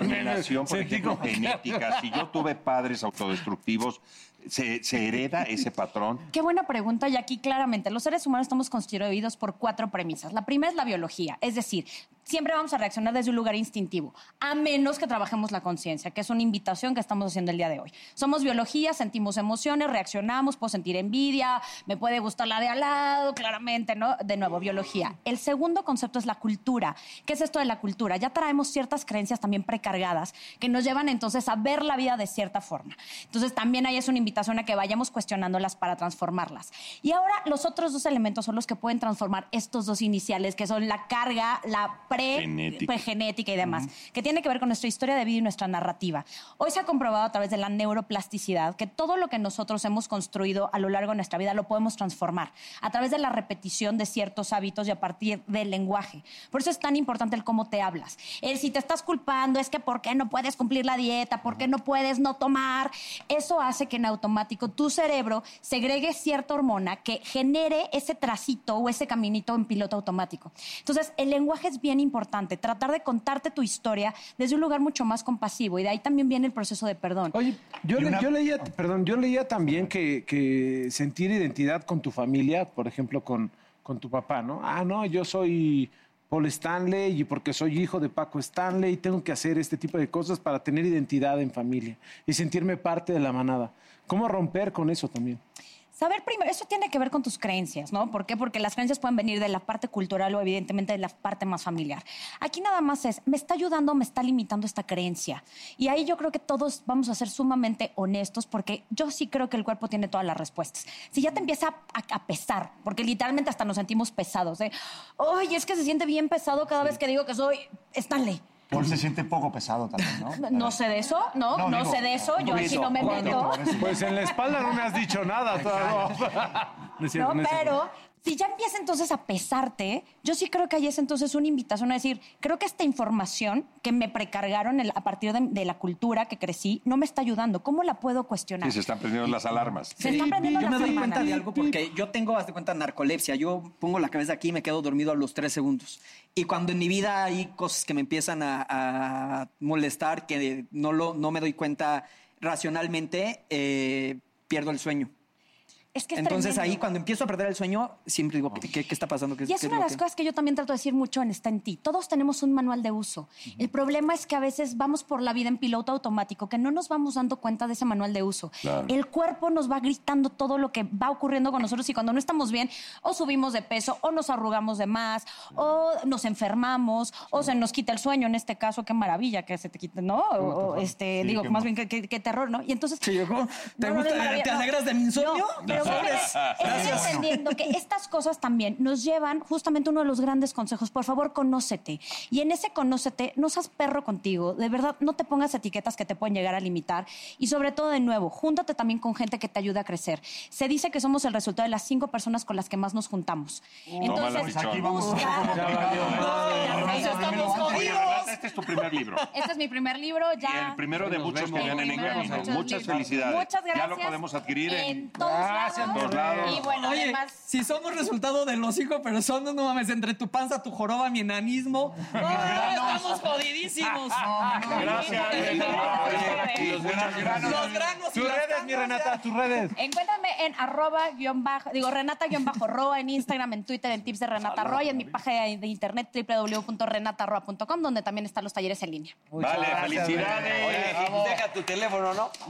Speaker 2: predeterminación, por
Speaker 4: Sentí
Speaker 2: ejemplo,
Speaker 4: como-
Speaker 2: genética. Si yo tuve padres autodestructivos, ¿se, se hereda ese patrón?
Speaker 9: Qué buena pregunta, y aquí claramente los seres humanos estamos constituidos por cuatro premisas. La primera es la biología, es decir, siempre vamos a reaccionar desde un lugar instintivo, a menos que trabajemos la conciencia, que es una invitación que estamos haciendo el día de hoy. Somos biología, sentimos emociones, reaccionamos, puedo sentir envidia, me puede gustar la de al lado, claramente, ¿no? De nuevo, biología. El segundo concepto es la cultura. ¿Qué es esto de la cultura? Ya traemos ciertas creencias también precargadas que nos llevan entonces a ver la vida de cierta forma. Entonces también ahí es una invitación a que vayamos cuestionándolas para transformarlas. Y ahora los otros dos elementos son los que pueden transformar estos dos iniciales, que son la carga, la pre
Speaker 10: Genética.
Speaker 9: genética y demás, que tiene que ver con nuestra historia de vida y nuestra narrativa. Hoy se ha comprobado a través de la neuroplasticidad que todo lo que nosotros hemos construido a lo largo de nuestra vida lo podemos transformar a través de la repetición de ciertos hábitos y a partir del lenguaje. Por eso es tan importante el cómo te hablas. El si te estás culpando es que por qué no puedes cumplir la dieta, por qué no puedes no tomar. Eso hace que en automático tu cerebro segregue cierta hormona que genere ese tracito o ese caminito en piloto automático. Entonces, el lenguaje es bien importante, tratar de contarte tu historia desde un lugar mucho más compasivo y de ahí también viene el proceso de perdón.
Speaker 4: Oye, Yo, le- yo leía, perdón, yo leía también que, que sentir identidad con tu familia, por ejemplo, con, con tu papá, ¿no? Ah, no, yo soy Paul Stanley y porque soy hijo de Paco Stanley y tengo que hacer este tipo de cosas para tener identidad en familia y sentirme parte de la manada. ¿Cómo romper con eso también?
Speaker 9: Saber primero, eso tiene que ver con tus creencias, ¿no? ¿Por qué? Porque las creencias pueden venir de la parte cultural o evidentemente de la parte más familiar. Aquí nada más es, ¿me está ayudando o me está limitando esta creencia? Y ahí yo creo que todos vamos a ser sumamente honestos porque yo sí creo que el cuerpo tiene todas las respuestas. Si ya te empieza a, a- a pesar, porque literalmente hasta nos sentimos pesados, ¿eh? ¡Ay, es que se siente bien pesado cada vez que digo que soy Stanley!
Speaker 3: Paul se siente poco pesado también, ¿no?
Speaker 9: No sé de eso, no, Oh, no,
Speaker 3: No, digo,
Speaker 9: sé de eso, yo sí no me meto.
Speaker 4: Pues en la espalda no me has dicho nada todavía. No es cierto, no
Speaker 9: no,
Speaker 4: es cierto.
Speaker 9: pero si ya empieza entonces a pesarte, yo sí creo que ahí es entonces una invitación a decir, creo que esta información que me precargaron el- a partir de, de la cultura que crecí no me está ayudando. ¿Cómo la puedo cuestionar?
Speaker 2: Sí, se están prendiendo las alarmas.
Speaker 9: Se están prendiendo
Speaker 8: Yo me
Speaker 9: las
Speaker 8: doy cuenta
Speaker 9: alarmas.
Speaker 8: de algo porque yo tengo, haz de cuenta, narcolepsia. Yo pongo la cabeza aquí y me quedo dormido a los tres segundos. Y cuando en mi vida hay cosas que me empiezan a, a molestar, que no, lo, no me doy cuenta racionalmente, eh, pierdo el sueño.
Speaker 9: Es que es
Speaker 8: Entonces
Speaker 9: tremendo.
Speaker 8: ahí cuando empiezo a perder el sueño, siempre digo, ¿qué, qué- qué está pasando? ¿Qué-
Speaker 9: Y es
Speaker 8: qué
Speaker 9: una de
Speaker 8: lo
Speaker 9: las
Speaker 8: que-
Speaker 9: cosas que yo también trato de decir mucho en Está en ti. Todos tenemos un manual de uso. El problema es que a veces vamos por la vida en piloto automático, que no nos vamos dando cuenta de ese manual de uso.
Speaker 10: Claro.
Speaker 9: El cuerpo nos va gritando todo lo que va ocurriendo con nosotros y cuando no estamos bien, o subimos de peso, o nos arrugamos de más, o nos enfermamos, o se nos quita el sueño. En este caso, qué maravilla que se te quite, ¿no? O- o, este,
Speaker 8: Sí,
Speaker 9: digo,
Speaker 8: qué
Speaker 9: más bien qué, qué- qué terror, ¿no? Y entonces.
Speaker 8: ¿Te,
Speaker 9: No, no,
Speaker 8: gusta-
Speaker 9: no, maravilla,
Speaker 8: ¿te
Speaker 9: no.
Speaker 8: alegras de mi insomnio?
Speaker 9: No, pero
Speaker 8: Sobres.
Speaker 9: Estoy entendiendo que estas cosas también nos llevan justamente uno de los grandes consejos. Por favor, conócete. Y en ese conócete, no seas perro contigo. De verdad, no te pongas etiquetas que te pueden llegar a limitar. Y sobre todo, de nuevo, júntate también con gente que te ayude a crecer. Se dice que somos el resultado de las cinco personas con las que más nos juntamos.
Speaker 2: Tómala,
Speaker 9: Entonces,
Speaker 2: pichón.
Speaker 9: ya sé, estamos
Speaker 2: Oye,
Speaker 9: jodidos.
Speaker 2: Renata, este es tu primer libro.
Speaker 9: Este es mi primer libro, ya.
Speaker 2: El primero de muchos que
Speaker 9: vemos.
Speaker 2: vienen en
Speaker 9: Ah. Primero de
Speaker 2: camino.
Speaker 9: muchos
Speaker 2: Muchas
Speaker 9: libros.
Speaker 2: felicidades.
Speaker 9: Muchas
Speaker 2: Ya lo
Speaker 9: gracias.
Speaker 2: podemos adquirir en...
Speaker 9: En todos
Speaker 2: Gracias,
Speaker 9: lados.
Speaker 2: todos lados.
Speaker 9: Y bueno,
Speaker 8: Oye,
Speaker 9: además-
Speaker 8: si somos resultado de los cinco personas, no mames, entre tu panza, tu joroba, mi enanismo. ¡ay, estamos jodidísimos!
Speaker 4: Gracias, Renata.
Speaker 8: Los granos. Los granos y
Speaker 4: Tus
Speaker 8: las
Speaker 4: redes, mi Renata, tus redes.
Speaker 9: Encuéntrame en arroba guión bajo, digo Renata guión bajo Roa en Instagram, en Twitter, en tips de Renata Roa y en mi página de internet www.renataroa.com donde también están los talleres en línea.
Speaker 2: Vale, felicidades.
Speaker 5: Oye, deja tu teléfono, ¿no?
Speaker 4: Estos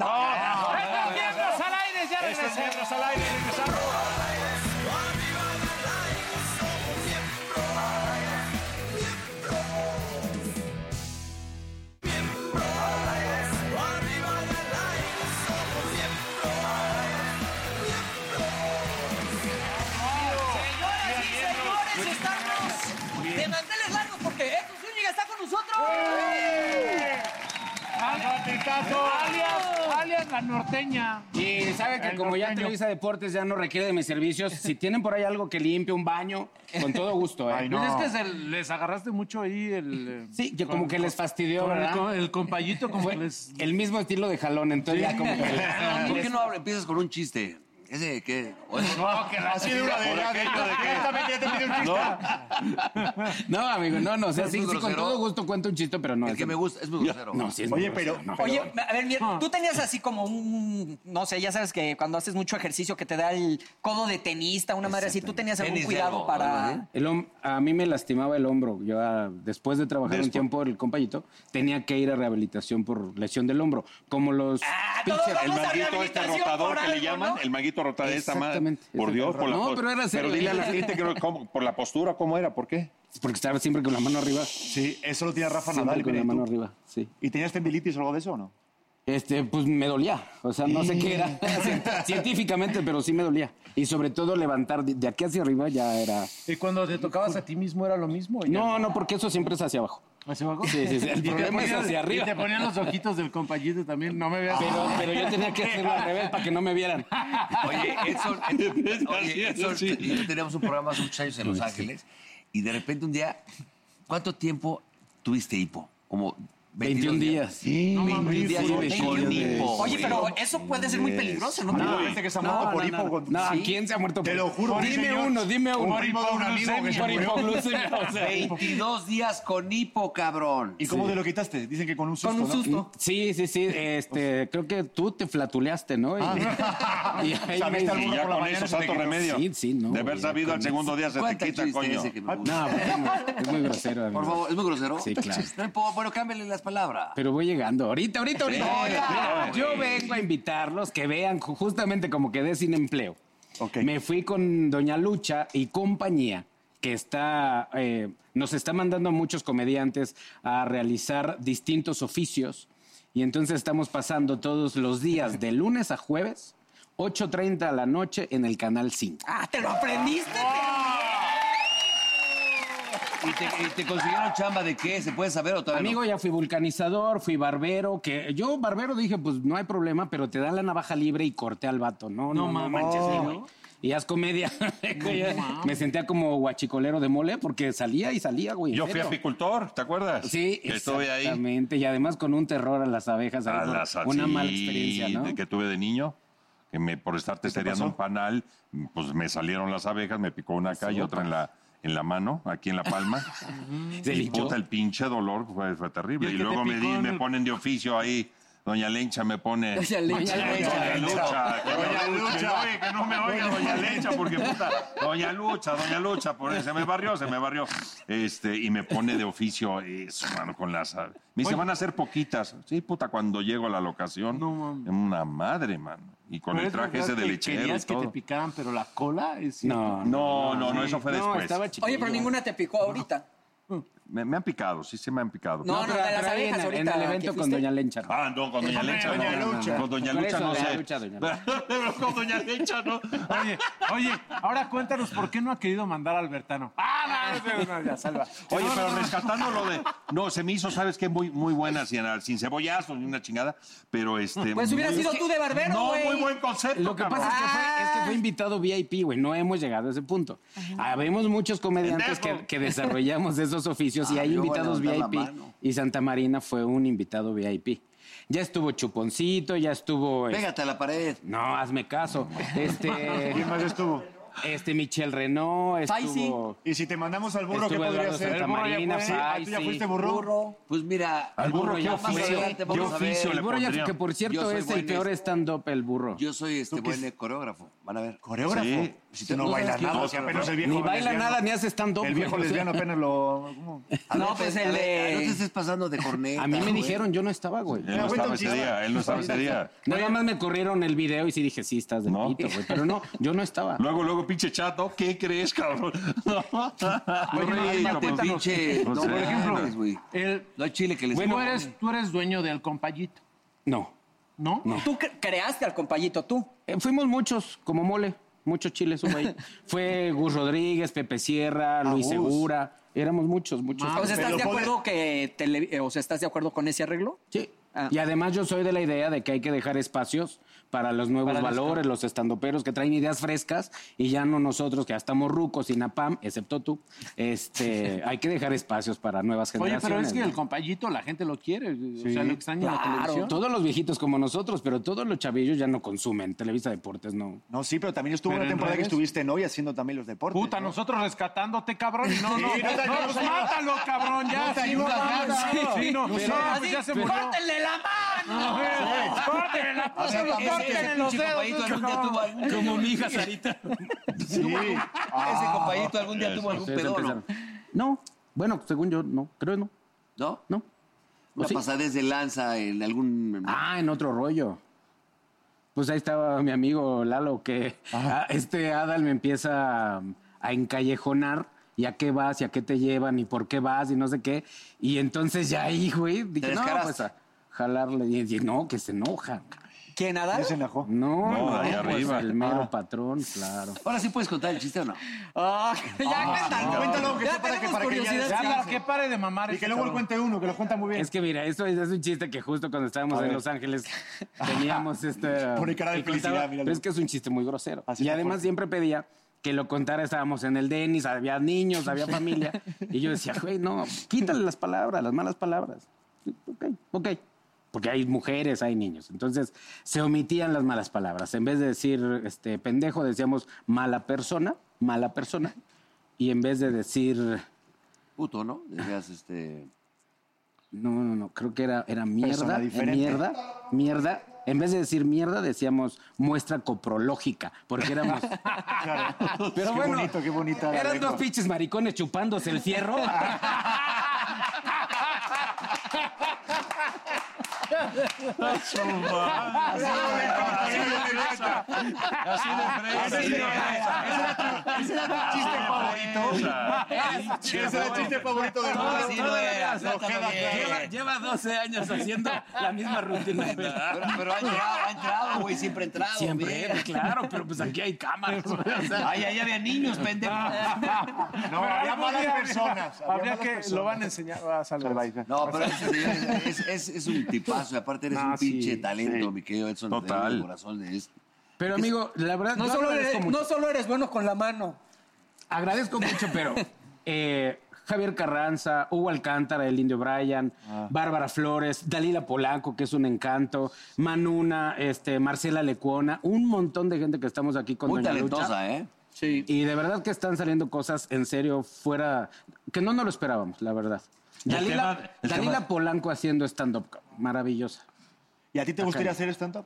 Speaker 4: miembros al aire, ya
Speaker 2: Estos
Speaker 4: regresé.
Speaker 2: miembros al aire, regresamos.
Speaker 8: Señoras y señores, estamos de manteles largos porque Jesús Zúñiga está con nosotros.
Speaker 4: Alias, alias la norteña.
Speaker 11: Y sabe que
Speaker 4: El
Speaker 11: como ya
Speaker 4: norteño.
Speaker 11: Televisa Deportes ya no requiere de mis servicios, si tienen por ahí algo que limpie un baño, con todo gusto, ¿eh?
Speaker 4: Pues es que se les agarraste mucho ahí el. eh.
Speaker 11: Sí, yo como que les fastidió,
Speaker 4: con el
Speaker 11: ¿verdad?
Speaker 4: co- el compayito como que les...
Speaker 11: El mismo estilo de jalón, entonces ya como que... les-
Speaker 5: ¿Por qué no hablas- empiezas con un chiste? ¿Ese qué?
Speaker 11: No, que la-
Speaker 5: Así de una de
Speaker 11: Por
Speaker 5: ya,
Speaker 11: aquello de
Speaker 5: de-
Speaker 11: que-
Speaker 5: Directamente ya te pide un chiste.
Speaker 11: No, amigo, no, no, o sea,
Speaker 5: Es
Speaker 11: sí,
Speaker 5: muy
Speaker 11: sí, con
Speaker 5: grosero.
Speaker 11: todo gusto cuento un chiste, pero no. El que me
Speaker 5: gusta, es muy grosero.
Speaker 11: No, sí, es muy
Speaker 5: Oye, pero-
Speaker 11: grosero, no.
Speaker 8: Oye, a ver, mira, tú tenías así como un, no sé, ya sabes que cuando haces mucho ejercicio que te da el codo de tenista, una madre así, tú tenías algún cuidado
Speaker 2: ¿eh?
Speaker 8: para...
Speaker 11: El hom- a mí me lastimaba el hombro. Yo, ah, después de trabajar un tiempo, el compañito tenía que ir a rehabilitación por lesión del hombro. Como los.
Speaker 8: Ah,
Speaker 11: pinche-
Speaker 2: El
Speaker 9: pues,
Speaker 2: maguito este rotador que le llaman, el maguito rotador de esta madre.
Speaker 11: Exactamente.
Speaker 2: Por Dios, por la
Speaker 11: No,
Speaker 2: pos-
Speaker 11: pero era serio.
Speaker 2: dile a la gente que no- cómo- por la postura, ¿cómo era? ¿Por qué?
Speaker 11: Porque estaba siempre con la mano arriba.
Speaker 3: Sí, eso lo tiene Rafa
Speaker 11: Siempre
Speaker 3: Nadal.
Speaker 11: con la
Speaker 3: mira, y tú.
Speaker 11: mano arriba, sí.
Speaker 3: ¿Y tenías tendilitis o algo de eso o no?
Speaker 11: Este, pues me dolía. O sea, no sé qué era cient- científicamente, pero sí me dolía. Y sobre todo levantar de- de aquí hacia arriba ya era.
Speaker 4: Y cuando te tocabas a ti mismo era lo mismo.
Speaker 11: No, no, porque eso siempre es hacia abajo.
Speaker 4: ¿Hacia abajo?
Speaker 11: Sí, sí, sí. El
Speaker 4: Y te
Speaker 11: problema es
Speaker 4: ponían-
Speaker 11: hacia arriba.
Speaker 4: Y te ponían los ojitos del compayito también. No me veas.
Speaker 11: Pero, pero yo tenía que hacerlo al revés para que no me vieran.
Speaker 5: Oye, Edson, oye, Edson, y yo teníamos un programa hace muchos años en Los Ángeles y de repente un día, ¿cuánto tiempo tuviste hipo? Como 21 días.
Speaker 11: Sí,
Speaker 5: No,
Speaker 11: 21
Speaker 5: mames,
Speaker 11: días
Speaker 5: sí,
Speaker 11: con hipo,
Speaker 5: veintiún hipo,
Speaker 11: güey.
Speaker 5: Oye, pero
Speaker 8: eso puede ser muy peligroso, ¿no?
Speaker 11: No,
Speaker 8: Gente que se ha
Speaker 11: no,
Speaker 8: muerto por
Speaker 11: no,
Speaker 8: hipo,
Speaker 11: no.
Speaker 8: con-
Speaker 11: No,
Speaker 8: sí.
Speaker 11: ¿quién se ha muerto
Speaker 8: Te
Speaker 11: por
Speaker 8: lo juro,
Speaker 11: Dime
Speaker 8: señor.
Speaker 11: uno, dime
Speaker 8: Por
Speaker 11: uno. Por hipoglucemia. o sea.
Speaker 5: 22 días con hipo, cabrón.
Speaker 3: ¿Y cómo
Speaker 11: Sí.
Speaker 3: te lo quitaste? Dicen que con un susto. ¿no?
Speaker 11: Sí, sí, sí. Este, creo que tú te flatuleaste, ¿no? Y, y ahí me-
Speaker 2: Y ya con eso, santo remedio.
Speaker 11: Sí, sí, no.
Speaker 2: De haber
Speaker 11: ya
Speaker 2: sabido
Speaker 11: con
Speaker 2: al
Speaker 11: eso.
Speaker 2: segundo día se te
Speaker 5: Cuenta el
Speaker 2: quita,
Speaker 5: chiste
Speaker 2: coño.
Speaker 5: ese que me gusta.
Speaker 11: No, bueno, es muy grosero. amigo.
Speaker 5: Por favor, ¿es muy grosero?
Speaker 11: Sí, claro.
Speaker 5: No, po- Bueno, cámbiale las palabras.
Speaker 11: Pero voy llegando. Ahorita, ahorita, ahorita.
Speaker 5: Sí,
Speaker 11: Mira,
Speaker 5: ya,
Speaker 11: yo
Speaker 5: güey.
Speaker 11: vengo a invitarlos que vean ju- justamente como quedé sin empleo. Me fui con Doña Lucha y compañía, que está, eh, nos está mandando a muchos comediantes a realizar distintos oficios. Y entonces estamos pasando todos los días, de lunes a jueves, 8.30 a la noche en el Canal 5.
Speaker 6: ¡Ah, te lo aprendiste!
Speaker 5: ¿Y te, y te consiguieron chamba de qué? ¿Se puede saber o todavía no?
Speaker 11: Amigo, ya fui vulcanizador, fui barbero, que yo barbero dije, pues no hay problema, pero te dan la navaja libre y corté al vato, ¿no?
Speaker 4: No mames.
Speaker 11: sí, güey. Y haz comedia.
Speaker 4: mames.
Speaker 11: Me sentía como guachicolero de mole porque salía y salía, güey. en
Speaker 2: Yo fui
Speaker 11: serio.
Speaker 2: apicultor, ¿te acuerdas?
Speaker 11: Sí,
Speaker 2: Que estuve ahí.
Speaker 11: Exactamente, y además con un terror a las abejas.
Speaker 2: A
Speaker 11: ahí,
Speaker 2: las
Speaker 11: una
Speaker 2: así
Speaker 11: mala experiencia, ¿no?
Speaker 2: de que tuve de niño, que me, por estar testereando un panal, pues me salieron las abejas, me picó una acá y otra en la, en la mano, aquí en la palma.
Speaker 11: ¿Se
Speaker 2: y
Speaker 11: linchó?
Speaker 2: puta, el pinche dolor fue, fue terrible.
Speaker 11: ¿Y
Speaker 2: Y,
Speaker 11: el que te
Speaker 2: luego me,
Speaker 11: picó
Speaker 2: di-
Speaker 11: en
Speaker 2: me
Speaker 11: el-
Speaker 2: ponen de oficio ahí. Doña Lencha me pone.
Speaker 11: Doña Lencha.
Speaker 2: Doña Lencha. Doña Lucha. que Doña Lucha. Oye, que no me oiga Doña Lencha, porque puta. Doña Lucha, Doña Lucha. Por eso se me barrió, se me barrió. Este, y me pone de oficio eso, mano, con las. ah, Me dice, van a hacer poquitas. Sí, puta, cuando llego a la locación. Una madre, mano. Y con
Speaker 4: Pero
Speaker 2: el
Speaker 4: es
Speaker 2: traje
Speaker 4: verdad
Speaker 2: ese de
Speaker 4: que
Speaker 2: lechero y
Speaker 4: Querías que te
Speaker 2: todo.
Speaker 4: picaran, pero la cola es.
Speaker 2: No, no, no, no, eso fue después.
Speaker 6: Oye, pero ninguna te picó ahorita.
Speaker 2: Me, me han picado, sí, sí me han picado.
Speaker 6: No, no, de las
Speaker 11: pero ahí
Speaker 6: abejas
Speaker 11: en, el-
Speaker 6: ahorita.
Speaker 11: en el evento
Speaker 6: que
Speaker 11: con
Speaker 6: fuiste.
Speaker 11: Doña Lencha.
Speaker 2: Ah, no, con Doña Lencha.
Speaker 11: Doña
Speaker 2: no, no, no,
Speaker 11: Lucha.
Speaker 2: no, Con Doña
Speaker 11: Por
Speaker 2: Lucha
Speaker 11: eso,
Speaker 2: no
Speaker 11: Doña
Speaker 2: sé.
Speaker 11: Lucha, Doña
Speaker 2: Pero con Doña Lencha, ¿no?
Speaker 4: Oye, oye, ahora cuéntanos por qué no ha querido mandar a Albertano. ¡Ah, no! no, no, ya, salva.
Speaker 2: Oye,
Speaker 4: No, no,
Speaker 2: pero
Speaker 4: no.
Speaker 2: rescatando lo de. No, se me hizo, ¿sabes qué? Muy, muy buena, sin, sin cebollazo, ni una chingada. Pero este.
Speaker 6: Pues hubiera
Speaker 2: muy-
Speaker 6: sido tú de barbero,
Speaker 2: No,
Speaker 6: güey.
Speaker 2: muy buen concepto.
Speaker 11: Lo que
Speaker 2: cabrón.
Speaker 11: pasa es que, fue, es que fue invitado VIP, güey. No hemos llegado a ese punto. Habemos muchos comediantes
Speaker 2: Pendejo.
Speaker 11: que, que desarrollamos esos oficios y
Speaker 5: Ah,
Speaker 11: hay
Speaker 5: yo voy a
Speaker 11: invitados
Speaker 5: levantar la
Speaker 11: VIP. Y Santa Marina fue un invitado VIP. Ya estuvo Chuponcito, ya estuvo. este,
Speaker 5: Pégate a la pared.
Speaker 11: No, hazme caso. Este.
Speaker 10: ¿Quién más estuvo?
Speaker 11: Este Michel Renault, estuvo.
Speaker 10: Y si te mandamos al burro, ¿qué
Speaker 11: Estuvo
Speaker 10: podría
Speaker 11: Eduardo
Speaker 10: ser?
Speaker 11: Santa
Speaker 10: El burro ya
Speaker 11: Marina,
Speaker 10: fue. Ah, ¿Tú ya
Speaker 11: Faisy.
Speaker 10: fuiste burro?
Speaker 5: Pues mira,
Speaker 11: Al burro,
Speaker 5: ya
Speaker 11: ya
Speaker 5: más
Speaker 11: oficio.
Speaker 5: adelante
Speaker 11: ¿Qué
Speaker 5: vamos a ver.
Speaker 11: oficio le El burro ya- pondrían? que, por cierto,
Speaker 5: Yo soy
Speaker 11: es el
Speaker 5: buen,
Speaker 11: peor
Speaker 5: este,
Speaker 11: stand-up, el burro.
Speaker 5: Yo soy este buen coreógrafo. Van a ver.
Speaker 10: ¿Coreógrafo? Si tú no
Speaker 5: ¿Tú sabes
Speaker 10: bailas
Speaker 5: quién
Speaker 10: nada,
Speaker 5: es?
Speaker 10: si apenas el viejo
Speaker 11: Ni baila
Speaker 10: lesbiano.
Speaker 11: nada, ni hace stand-up.
Speaker 10: El viejo
Speaker 11: güey.
Speaker 10: lesbiano apenas lo... ¿cómo?
Speaker 5: A
Speaker 11: No,
Speaker 5: ver,
Speaker 11: pues,
Speaker 5: a
Speaker 11: el
Speaker 5: ver,
Speaker 11: de-
Speaker 5: No te estés pasando de corneta.
Speaker 11: A mí me
Speaker 5: güey.
Speaker 11: dijeron, yo no estaba, güey.
Speaker 2: Él no estaba ese día, él no estaba ese día.
Speaker 11: Nada más me corrieron el video y sí dije, sí, estás de pito, güey. Pero no, yo no estaba.
Speaker 2: Luego, luego, pinche chato, ¿qué crees, cabrón? No,
Speaker 5: Oye,
Speaker 2: no,
Speaker 5: cálmate,
Speaker 2: no,
Speaker 5: pinche.
Speaker 2: no,
Speaker 5: No,
Speaker 2: sé.
Speaker 5: por ejemplo,
Speaker 10: pues,
Speaker 5: güey.
Speaker 4: El-
Speaker 5: No hay chile que les
Speaker 4: Bueno, tú eres, tú eres dueño del compayito,
Speaker 11: No.
Speaker 4: ¿no?
Speaker 6: Tú cre- creaste al compayito, tú.
Speaker 11: Eh, fuimos muchos, como mole. Muchos chiles hubo ahí. Fue Gus Rodríguez, Pepe Sierra, Luis
Speaker 6: Gus.
Speaker 11: Segura. Éramos muchos, muchos.
Speaker 6: o sea, ¿estás de acuerdo que tele- eh, o sea, estás de acuerdo con ese arreglo?
Speaker 11: Sí.
Speaker 6: Ah.
Speaker 11: Y además yo soy de la idea de que hay que dejar espacios para los nuevos
Speaker 6: Para los-
Speaker 11: valores, los estandoperos que traen ideas frescas y ya no nosotros que ya estamos rucos y napam, excepto tú. Este, hay que dejar espacios para nuevas
Speaker 4: Oye,
Speaker 11: generaciones.
Speaker 4: pero es que
Speaker 11: ¿no?
Speaker 4: el compayito la gente lo quiere. O
Speaker 11: Sí,
Speaker 4: sea, lo extraña en la
Speaker 11: claro.
Speaker 4: televisión.
Speaker 11: Todos los viejitos como nosotros, pero todos los chavillos ya no consumen. Televisa Deportes no.
Speaker 10: No, sí, pero también estuvo
Speaker 11: Pero
Speaker 10: una
Speaker 11: en
Speaker 10: temporada que
Speaker 11: redes.
Speaker 10: estuviste en hoy haciendo también los deportes.
Speaker 4: Puta, nosotros rescatándote, cabrón. y No,
Speaker 10: Sí,
Speaker 4: no,
Speaker 10: no te
Speaker 4: no,
Speaker 10: ayudas,
Speaker 4: pues
Speaker 10: señor.
Speaker 4: mátalo, cabrón, ya.
Speaker 10: No te
Speaker 4: sí, no,
Speaker 10: ayudas,
Speaker 4: no,
Speaker 10: nada.
Speaker 4: sí, sí, no,
Speaker 10: No
Speaker 4: sí,
Speaker 10: sé.
Speaker 4: no, pues ya se murió.
Speaker 6: ¡Córtenle la mano!
Speaker 4: Sí. ¡Córtenle la
Speaker 5: O sea,
Speaker 4: mano!
Speaker 5: ese-
Speaker 4: ¡Córtenle
Speaker 5: ese
Speaker 4: los
Speaker 5: pinche
Speaker 4: dedos!
Speaker 5: compañito algún día
Speaker 4: cabrón.
Speaker 5: tuvo algún- Como mi hija Sarita. Ese compañito algún día tuvo algún
Speaker 11: Ustedes
Speaker 5: pedo, ¿no?
Speaker 11: empezaron. No, bueno, pues, según yo, no. Creo que no.
Speaker 5: ¿No?
Speaker 11: No.
Speaker 5: Una
Speaker 11: ¿O sí?
Speaker 5: pasadez de lanza en algún...
Speaker 11: Ah, en otro rollo. Pues ahí estaba mi amigo Lalo, que ah, este Adal me empieza a, a encallejonar. ¿Y a qué vas? ¿Y a qué te llevan? ¿Y por qué vas? Y no sé qué. Y entonces ya ahí, güey, dije, no,
Speaker 5: descaraste.
Speaker 11: pues a jalarle. Y dije, no, que se enoja.
Speaker 6: ¿Quién, Adal?
Speaker 11: No, no,
Speaker 2: ahí
Speaker 11: pues,
Speaker 2: arriba.
Speaker 11: el mero
Speaker 10: Ah.
Speaker 11: patrón, claro.
Speaker 5: Ahora sí puedes contar el chiste o no.
Speaker 6: Ah, ya cuéntalo.
Speaker 10: Cuéntalo, que
Speaker 6: Ya
Speaker 10: sea para que, para
Speaker 6: tenemos
Speaker 10: que ya
Speaker 6: curiosidad.
Speaker 10: descanse.
Speaker 4: Ya, para que pare de mamar. este
Speaker 10: Y que luego lo cuente uno, que lo cuenta muy bien.
Speaker 11: Es que mira, eso es, es un chiste que justo cuando estábamos en Los Ángeles teníamos este.
Speaker 10: Pone cara de
Speaker 11: que contaba,
Speaker 10: felicidad, míralo.
Speaker 11: Pero es que es un chiste muy grosero.
Speaker 10: Así
Speaker 11: y
Speaker 10: está
Speaker 11: además
Speaker 10: fuerte.
Speaker 11: siempre pedía que lo contara, estábamos en el Denis, había niños, había familia. y yo decía, güey, no, quítale las palabras, las malas palabras. Ok, ok. Porque hay mujeres, hay niños. Entonces, se omitían las malas palabras. En vez de decir este pendejo, decíamos mala persona, mala persona. Y en vez de decir.
Speaker 5: Puto, ¿no? Decías, este...
Speaker 11: No, no, no, creo que era, era mierda,
Speaker 10: Persona diferente.
Speaker 11: mierda, mierda. En vez de decir mierda, decíamos muestra coprológica, porque éramos...
Speaker 10: Claro.
Speaker 11: Pero
Speaker 10: qué
Speaker 11: bueno,
Speaker 10: bonito, qué bonita. la
Speaker 11: eran
Speaker 10: lengua.
Speaker 11: dos pinches maricones chupándose el fierro.
Speaker 1: Así de fresa. Ese era tu chiste favorito. Ese era el chiste favorito de
Speaker 12: No,
Speaker 1: Mora.
Speaker 12: así no era, trátalo
Speaker 1: queda
Speaker 12: bien.
Speaker 1: claro.
Speaker 12: Lleva-
Speaker 11: Lleva 12 años haciendo la misma rutina. Pero,
Speaker 5: pero ha entrado, ha
Speaker 1: Ah,
Speaker 5: entrado, güey, siempre ha entrado.
Speaker 11: Siempre,
Speaker 5: bien.
Speaker 11: entra, claro, pero pues aquí hay cámaras.
Speaker 5: Ay, ahí había niños, pendejo.
Speaker 11: No, había malas
Speaker 5: personas, había
Speaker 4: Habría
Speaker 5: malas
Speaker 4: que
Speaker 5: personas.
Speaker 4: lo van a enseñar a salvar.
Speaker 5: No, pero ese señor es, es- es un tipazo. y Aparte, eres
Speaker 11: Ah,
Speaker 5: un pinche
Speaker 11: sí,
Speaker 5: talento, mi querido Edson. te
Speaker 11: Total.
Speaker 5: digo de corazón es-
Speaker 11: Pero amigo, la verdad,
Speaker 8: No
Speaker 11: yo
Speaker 8: solo,
Speaker 11: agradezco
Speaker 8: eres,
Speaker 11: mucho.
Speaker 8: no solo eres bueno con la mano.
Speaker 11: Agradezco mucho, pero eh, Javier Carranza, Hugo Alcántara, el Indio Bryan,
Speaker 5: Ah.
Speaker 11: Bárbara Flores, Dalila Polanco, que es un encanto, Manuna, este, Marcela Lecuona, un montón de gente que estamos aquí con
Speaker 5: Muy
Speaker 11: Doña Lucha.
Speaker 5: talentosa, ¿eh?
Speaker 11: Sí. Y de verdad que están saliendo cosas en serio fuera, que no nos lo esperábamos, la verdad.
Speaker 3: El
Speaker 11: Dalila,
Speaker 3: tema- el
Speaker 11: Dalila
Speaker 3: tema-
Speaker 11: Polanco haciendo stand-up, maravillosa.
Speaker 3: ¿Y a ti te
Speaker 11: Acá.
Speaker 3: gustaría hacer stand-up?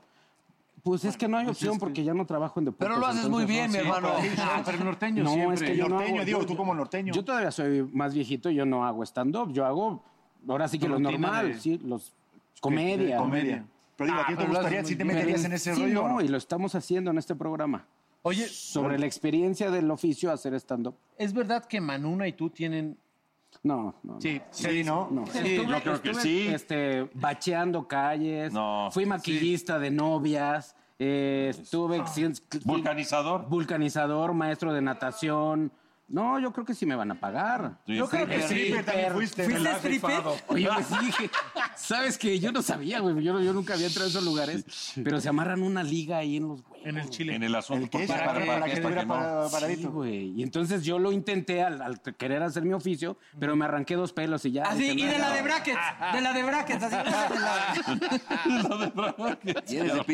Speaker 11: Pues es que no hay opción porque ya no trabajo en deportes.
Speaker 3: Pero lo haces muy bien, mi hermano. Ah, pero norteño siempre. Norteño, digo, tú como norteño.
Speaker 11: Yo todavía soy más viejito, yo no hago stand-up, yo hago, ahora sí que
Speaker 3: Tu
Speaker 11: lo
Speaker 3: rutina
Speaker 11: normal,
Speaker 3: de-
Speaker 11: sí, los comedia.
Speaker 3: Comedia. Ah, Pero digo, ¿a ti te
Speaker 11: pero lo
Speaker 3: gustaría
Speaker 11: haces
Speaker 3: si te
Speaker 11: muy bien.
Speaker 3: meterías en ese
Speaker 11: Sí,
Speaker 3: rollo o
Speaker 11: No,
Speaker 3: no?
Speaker 11: y lo estamos haciendo en este programa. Oye, sobre la experiencia del oficio hacer stand-up.
Speaker 12: ¿Es verdad que Manuna y tú tienen...
Speaker 11: No, no.
Speaker 12: Sí,
Speaker 11: sí,
Speaker 12: ¿no?
Speaker 11: Estuve- estuve, Este, bacheando calles. Fui maquillista de novias. eh, estuve.
Speaker 2: Vulcanizador.
Speaker 11: Vulcanizador, maestro de natación. No, yo creo que sí me van a pagar.
Speaker 2: Sí, Yo creo stripper. que sí, Stripper también
Speaker 11: pero-
Speaker 2: fuiste.
Speaker 11: ¿Fuiste
Speaker 2: Relajo,
Speaker 11: stripper?
Speaker 2: rifado.
Speaker 11: Oye, pues sí dije, ¿sabes que Yo no sabía, güey. Yo, yo nunca había entrado a esos lugares. Pero se amarran una liga ahí en los
Speaker 2: En el Chile. En el asunto.
Speaker 11: ¿Qué?
Speaker 2: Para- para que
Speaker 11: para
Speaker 2: estuviera para-
Speaker 11: Sí,
Speaker 2: paradito.
Speaker 11: güey. Y entonces yo lo intenté al, al querer hacer mi oficio, pero me arranqué dos pelos y ya.
Speaker 8: Así,
Speaker 11: dije,
Speaker 8: Ah, y
Speaker 11: no,
Speaker 8: de la
Speaker 11: no.
Speaker 8: de brackets, de la de brackets, así.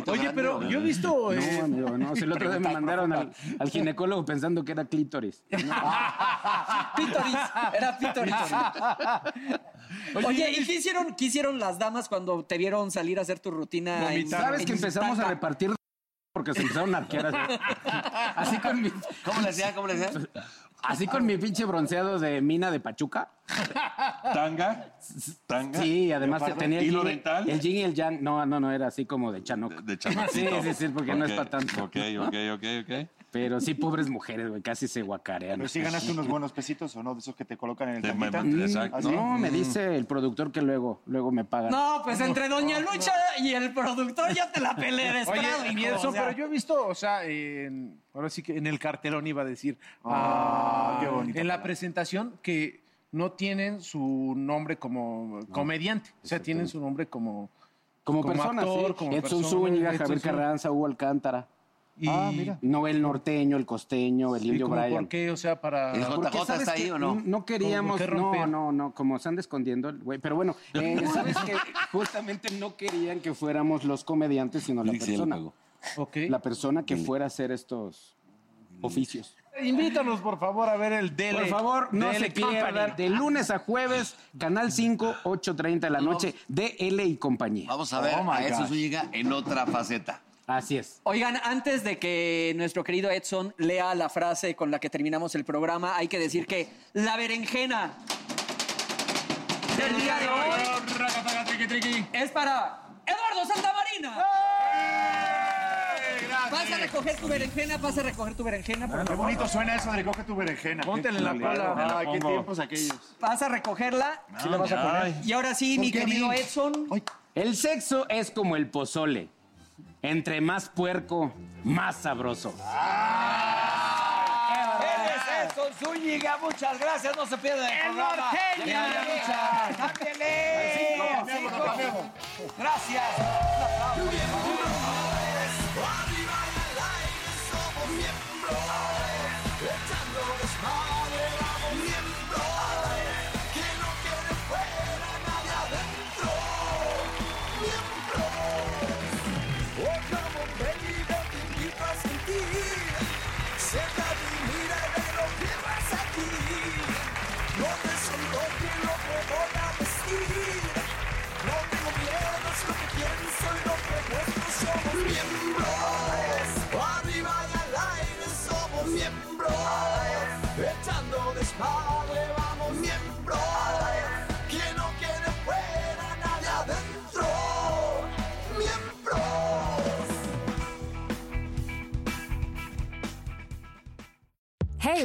Speaker 11: Oye, pero yo he visto. eh, No, amigo, no. Si el otro día me
Speaker 8: Pregunta
Speaker 11: mandaron al, al ginecólogo pensando que era clítoris.
Speaker 8: Pítoris, era Pítoris. Oye, ¿y qué hicieron, qué hicieron las damas cuando te vieron salir a hacer tu rutina? en-
Speaker 11: ¿Sabes
Speaker 8: en
Speaker 11: que empezamos a
Speaker 8: Iztapa?
Speaker 11: repartir porque se empezaron a arquear así? Así con mi.
Speaker 5: ¿Cómo le hacía? ¿Cómo le hacía?
Speaker 11: Así con mi pinche bronceado de mina de Pachuca.
Speaker 2: ¿Tanga? ¿Tanga?
Speaker 11: Sí, además
Speaker 2: ¿Leopardo?
Speaker 11: tenía
Speaker 2: ¿Hilo
Speaker 11: yin-
Speaker 2: dental?
Speaker 11: El yin y el yang. No, no, no, era así como de chanoc. De, Sí,
Speaker 2: chamaquito.
Speaker 11: sí, sí, porque no es
Speaker 2: Ok,
Speaker 11: para tanto.
Speaker 2: Ok, ok, ok, ok.
Speaker 11: Pero sí, pobres mujeres, güey, casi se guacarean.
Speaker 3: Pero si ganaste unos buenos pesitos o no, de esos que te colocan en el ¿Ah, taquita.
Speaker 11: Mm,
Speaker 3: ¿Así?
Speaker 11: No, me dice el productor que luego, luego me pagan.
Speaker 8: No, pues entre Doña Lucha y el productor ya te la peleé de
Speaker 4: Oye,
Speaker 8: estrado,
Speaker 4: y
Speaker 8: hijo,
Speaker 4: Bielso,
Speaker 8: o sea.
Speaker 4: pero yo he visto, o sea, en- ahora sí que en el cartelón iba a decir.
Speaker 3: Ah,
Speaker 4: ah,
Speaker 3: qué bonito.
Speaker 4: En la presentación que no tienen su nombre como comediante, o sea, tienen su nombre como.
Speaker 11: Como, personas,
Speaker 4: actor,
Speaker 11: sí.
Speaker 4: como
Speaker 11: Edson
Speaker 4: persona,
Speaker 11: Zúñiga,
Speaker 4: Edson
Speaker 11: Javier
Speaker 4: Zúñiga.
Speaker 11: Carranza, Hugo Alcántara.
Speaker 4: Y- Ah, mira.
Speaker 11: No el norteño, el costeño, el
Speaker 4: ¿Y
Speaker 11: indio
Speaker 4: como
Speaker 11: Bryan.
Speaker 4: por qué? O sea, para.
Speaker 11: Porque, ¿sabes qué? No queríamos, no, no, no, como se anda escondiendo el güey. Pero bueno, eh, ¿sabes qué? Justamente no querían que fuéramos los comediantes, sino la
Speaker 5: ya lo
Speaker 11: persona. La persona que fuera a hacer estos oficios.
Speaker 4: Invítanos, por favor, a ver el DL.
Speaker 11: Por favor, no
Speaker 4: DL
Speaker 11: se pierdan.
Speaker 4: Company.
Speaker 11: De lunes a jueves, Canal 5, 8.30 de la noche, DL y compañía.
Speaker 5: Vamos a ver
Speaker 3: Oh
Speaker 5: a Edson Zúñiga en otra faceta.
Speaker 11: Oh Así es.
Speaker 8: Oigan, antes de que nuestro querido Edson lea la frase con la que terminamos el programa, hay que decir que la berenjena del día de hoy
Speaker 1: Eh,
Speaker 8: es para Eduardo Santamarina.
Speaker 5: ¡Eh!
Speaker 8: Vas a recoger tu berenjena, vas a recoger tu berenjena.
Speaker 11: Ah,
Speaker 8: por
Speaker 3: Qué
Speaker 8: favor.
Speaker 3: bonito suena eso de recoge tu berenjena.
Speaker 8: Póntela en la
Speaker 3: Qué
Speaker 8: pala.
Speaker 3: culero.
Speaker 8: Me la
Speaker 3: Ay, qué
Speaker 8: pongo.
Speaker 3: tiempos aquellos.
Speaker 8: Vas a recogerla.
Speaker 3: ¿Sí la vas a poner?
Speaker 8: Y ahora sí,
Speaker 3: ¿Por
Speaker 8: mi
Speaker 3: qué a mí?
Speaker 8: querido Edson.
Speaker 11: El sexo es como el pozole. Entre más puerco, más sabroso.
Speaker 8: Él es Edson Zúñiga, muchas gracias, no se pierdan el, programa.
Speaker 1: norteño.
Speaker 8: Ya, ya, ya, lucha. Cámbiale.
Speaker 1: Lo cambiamos, lo
Speaker 8: Cinco.
Speaker 1: cambiamos.
Speaker 8: Gracias.
Speaker 1: Oh, como baby, te invito a sentir. Siéntate y mira de lo que vas aquí. No te sonroje lo que voy a decir. No tengo miedo, es lo que pienso y lo que muestro. Somos miembros. Arriba y al aire somos miembros. Echando desmadre
Speaker 13: Hey,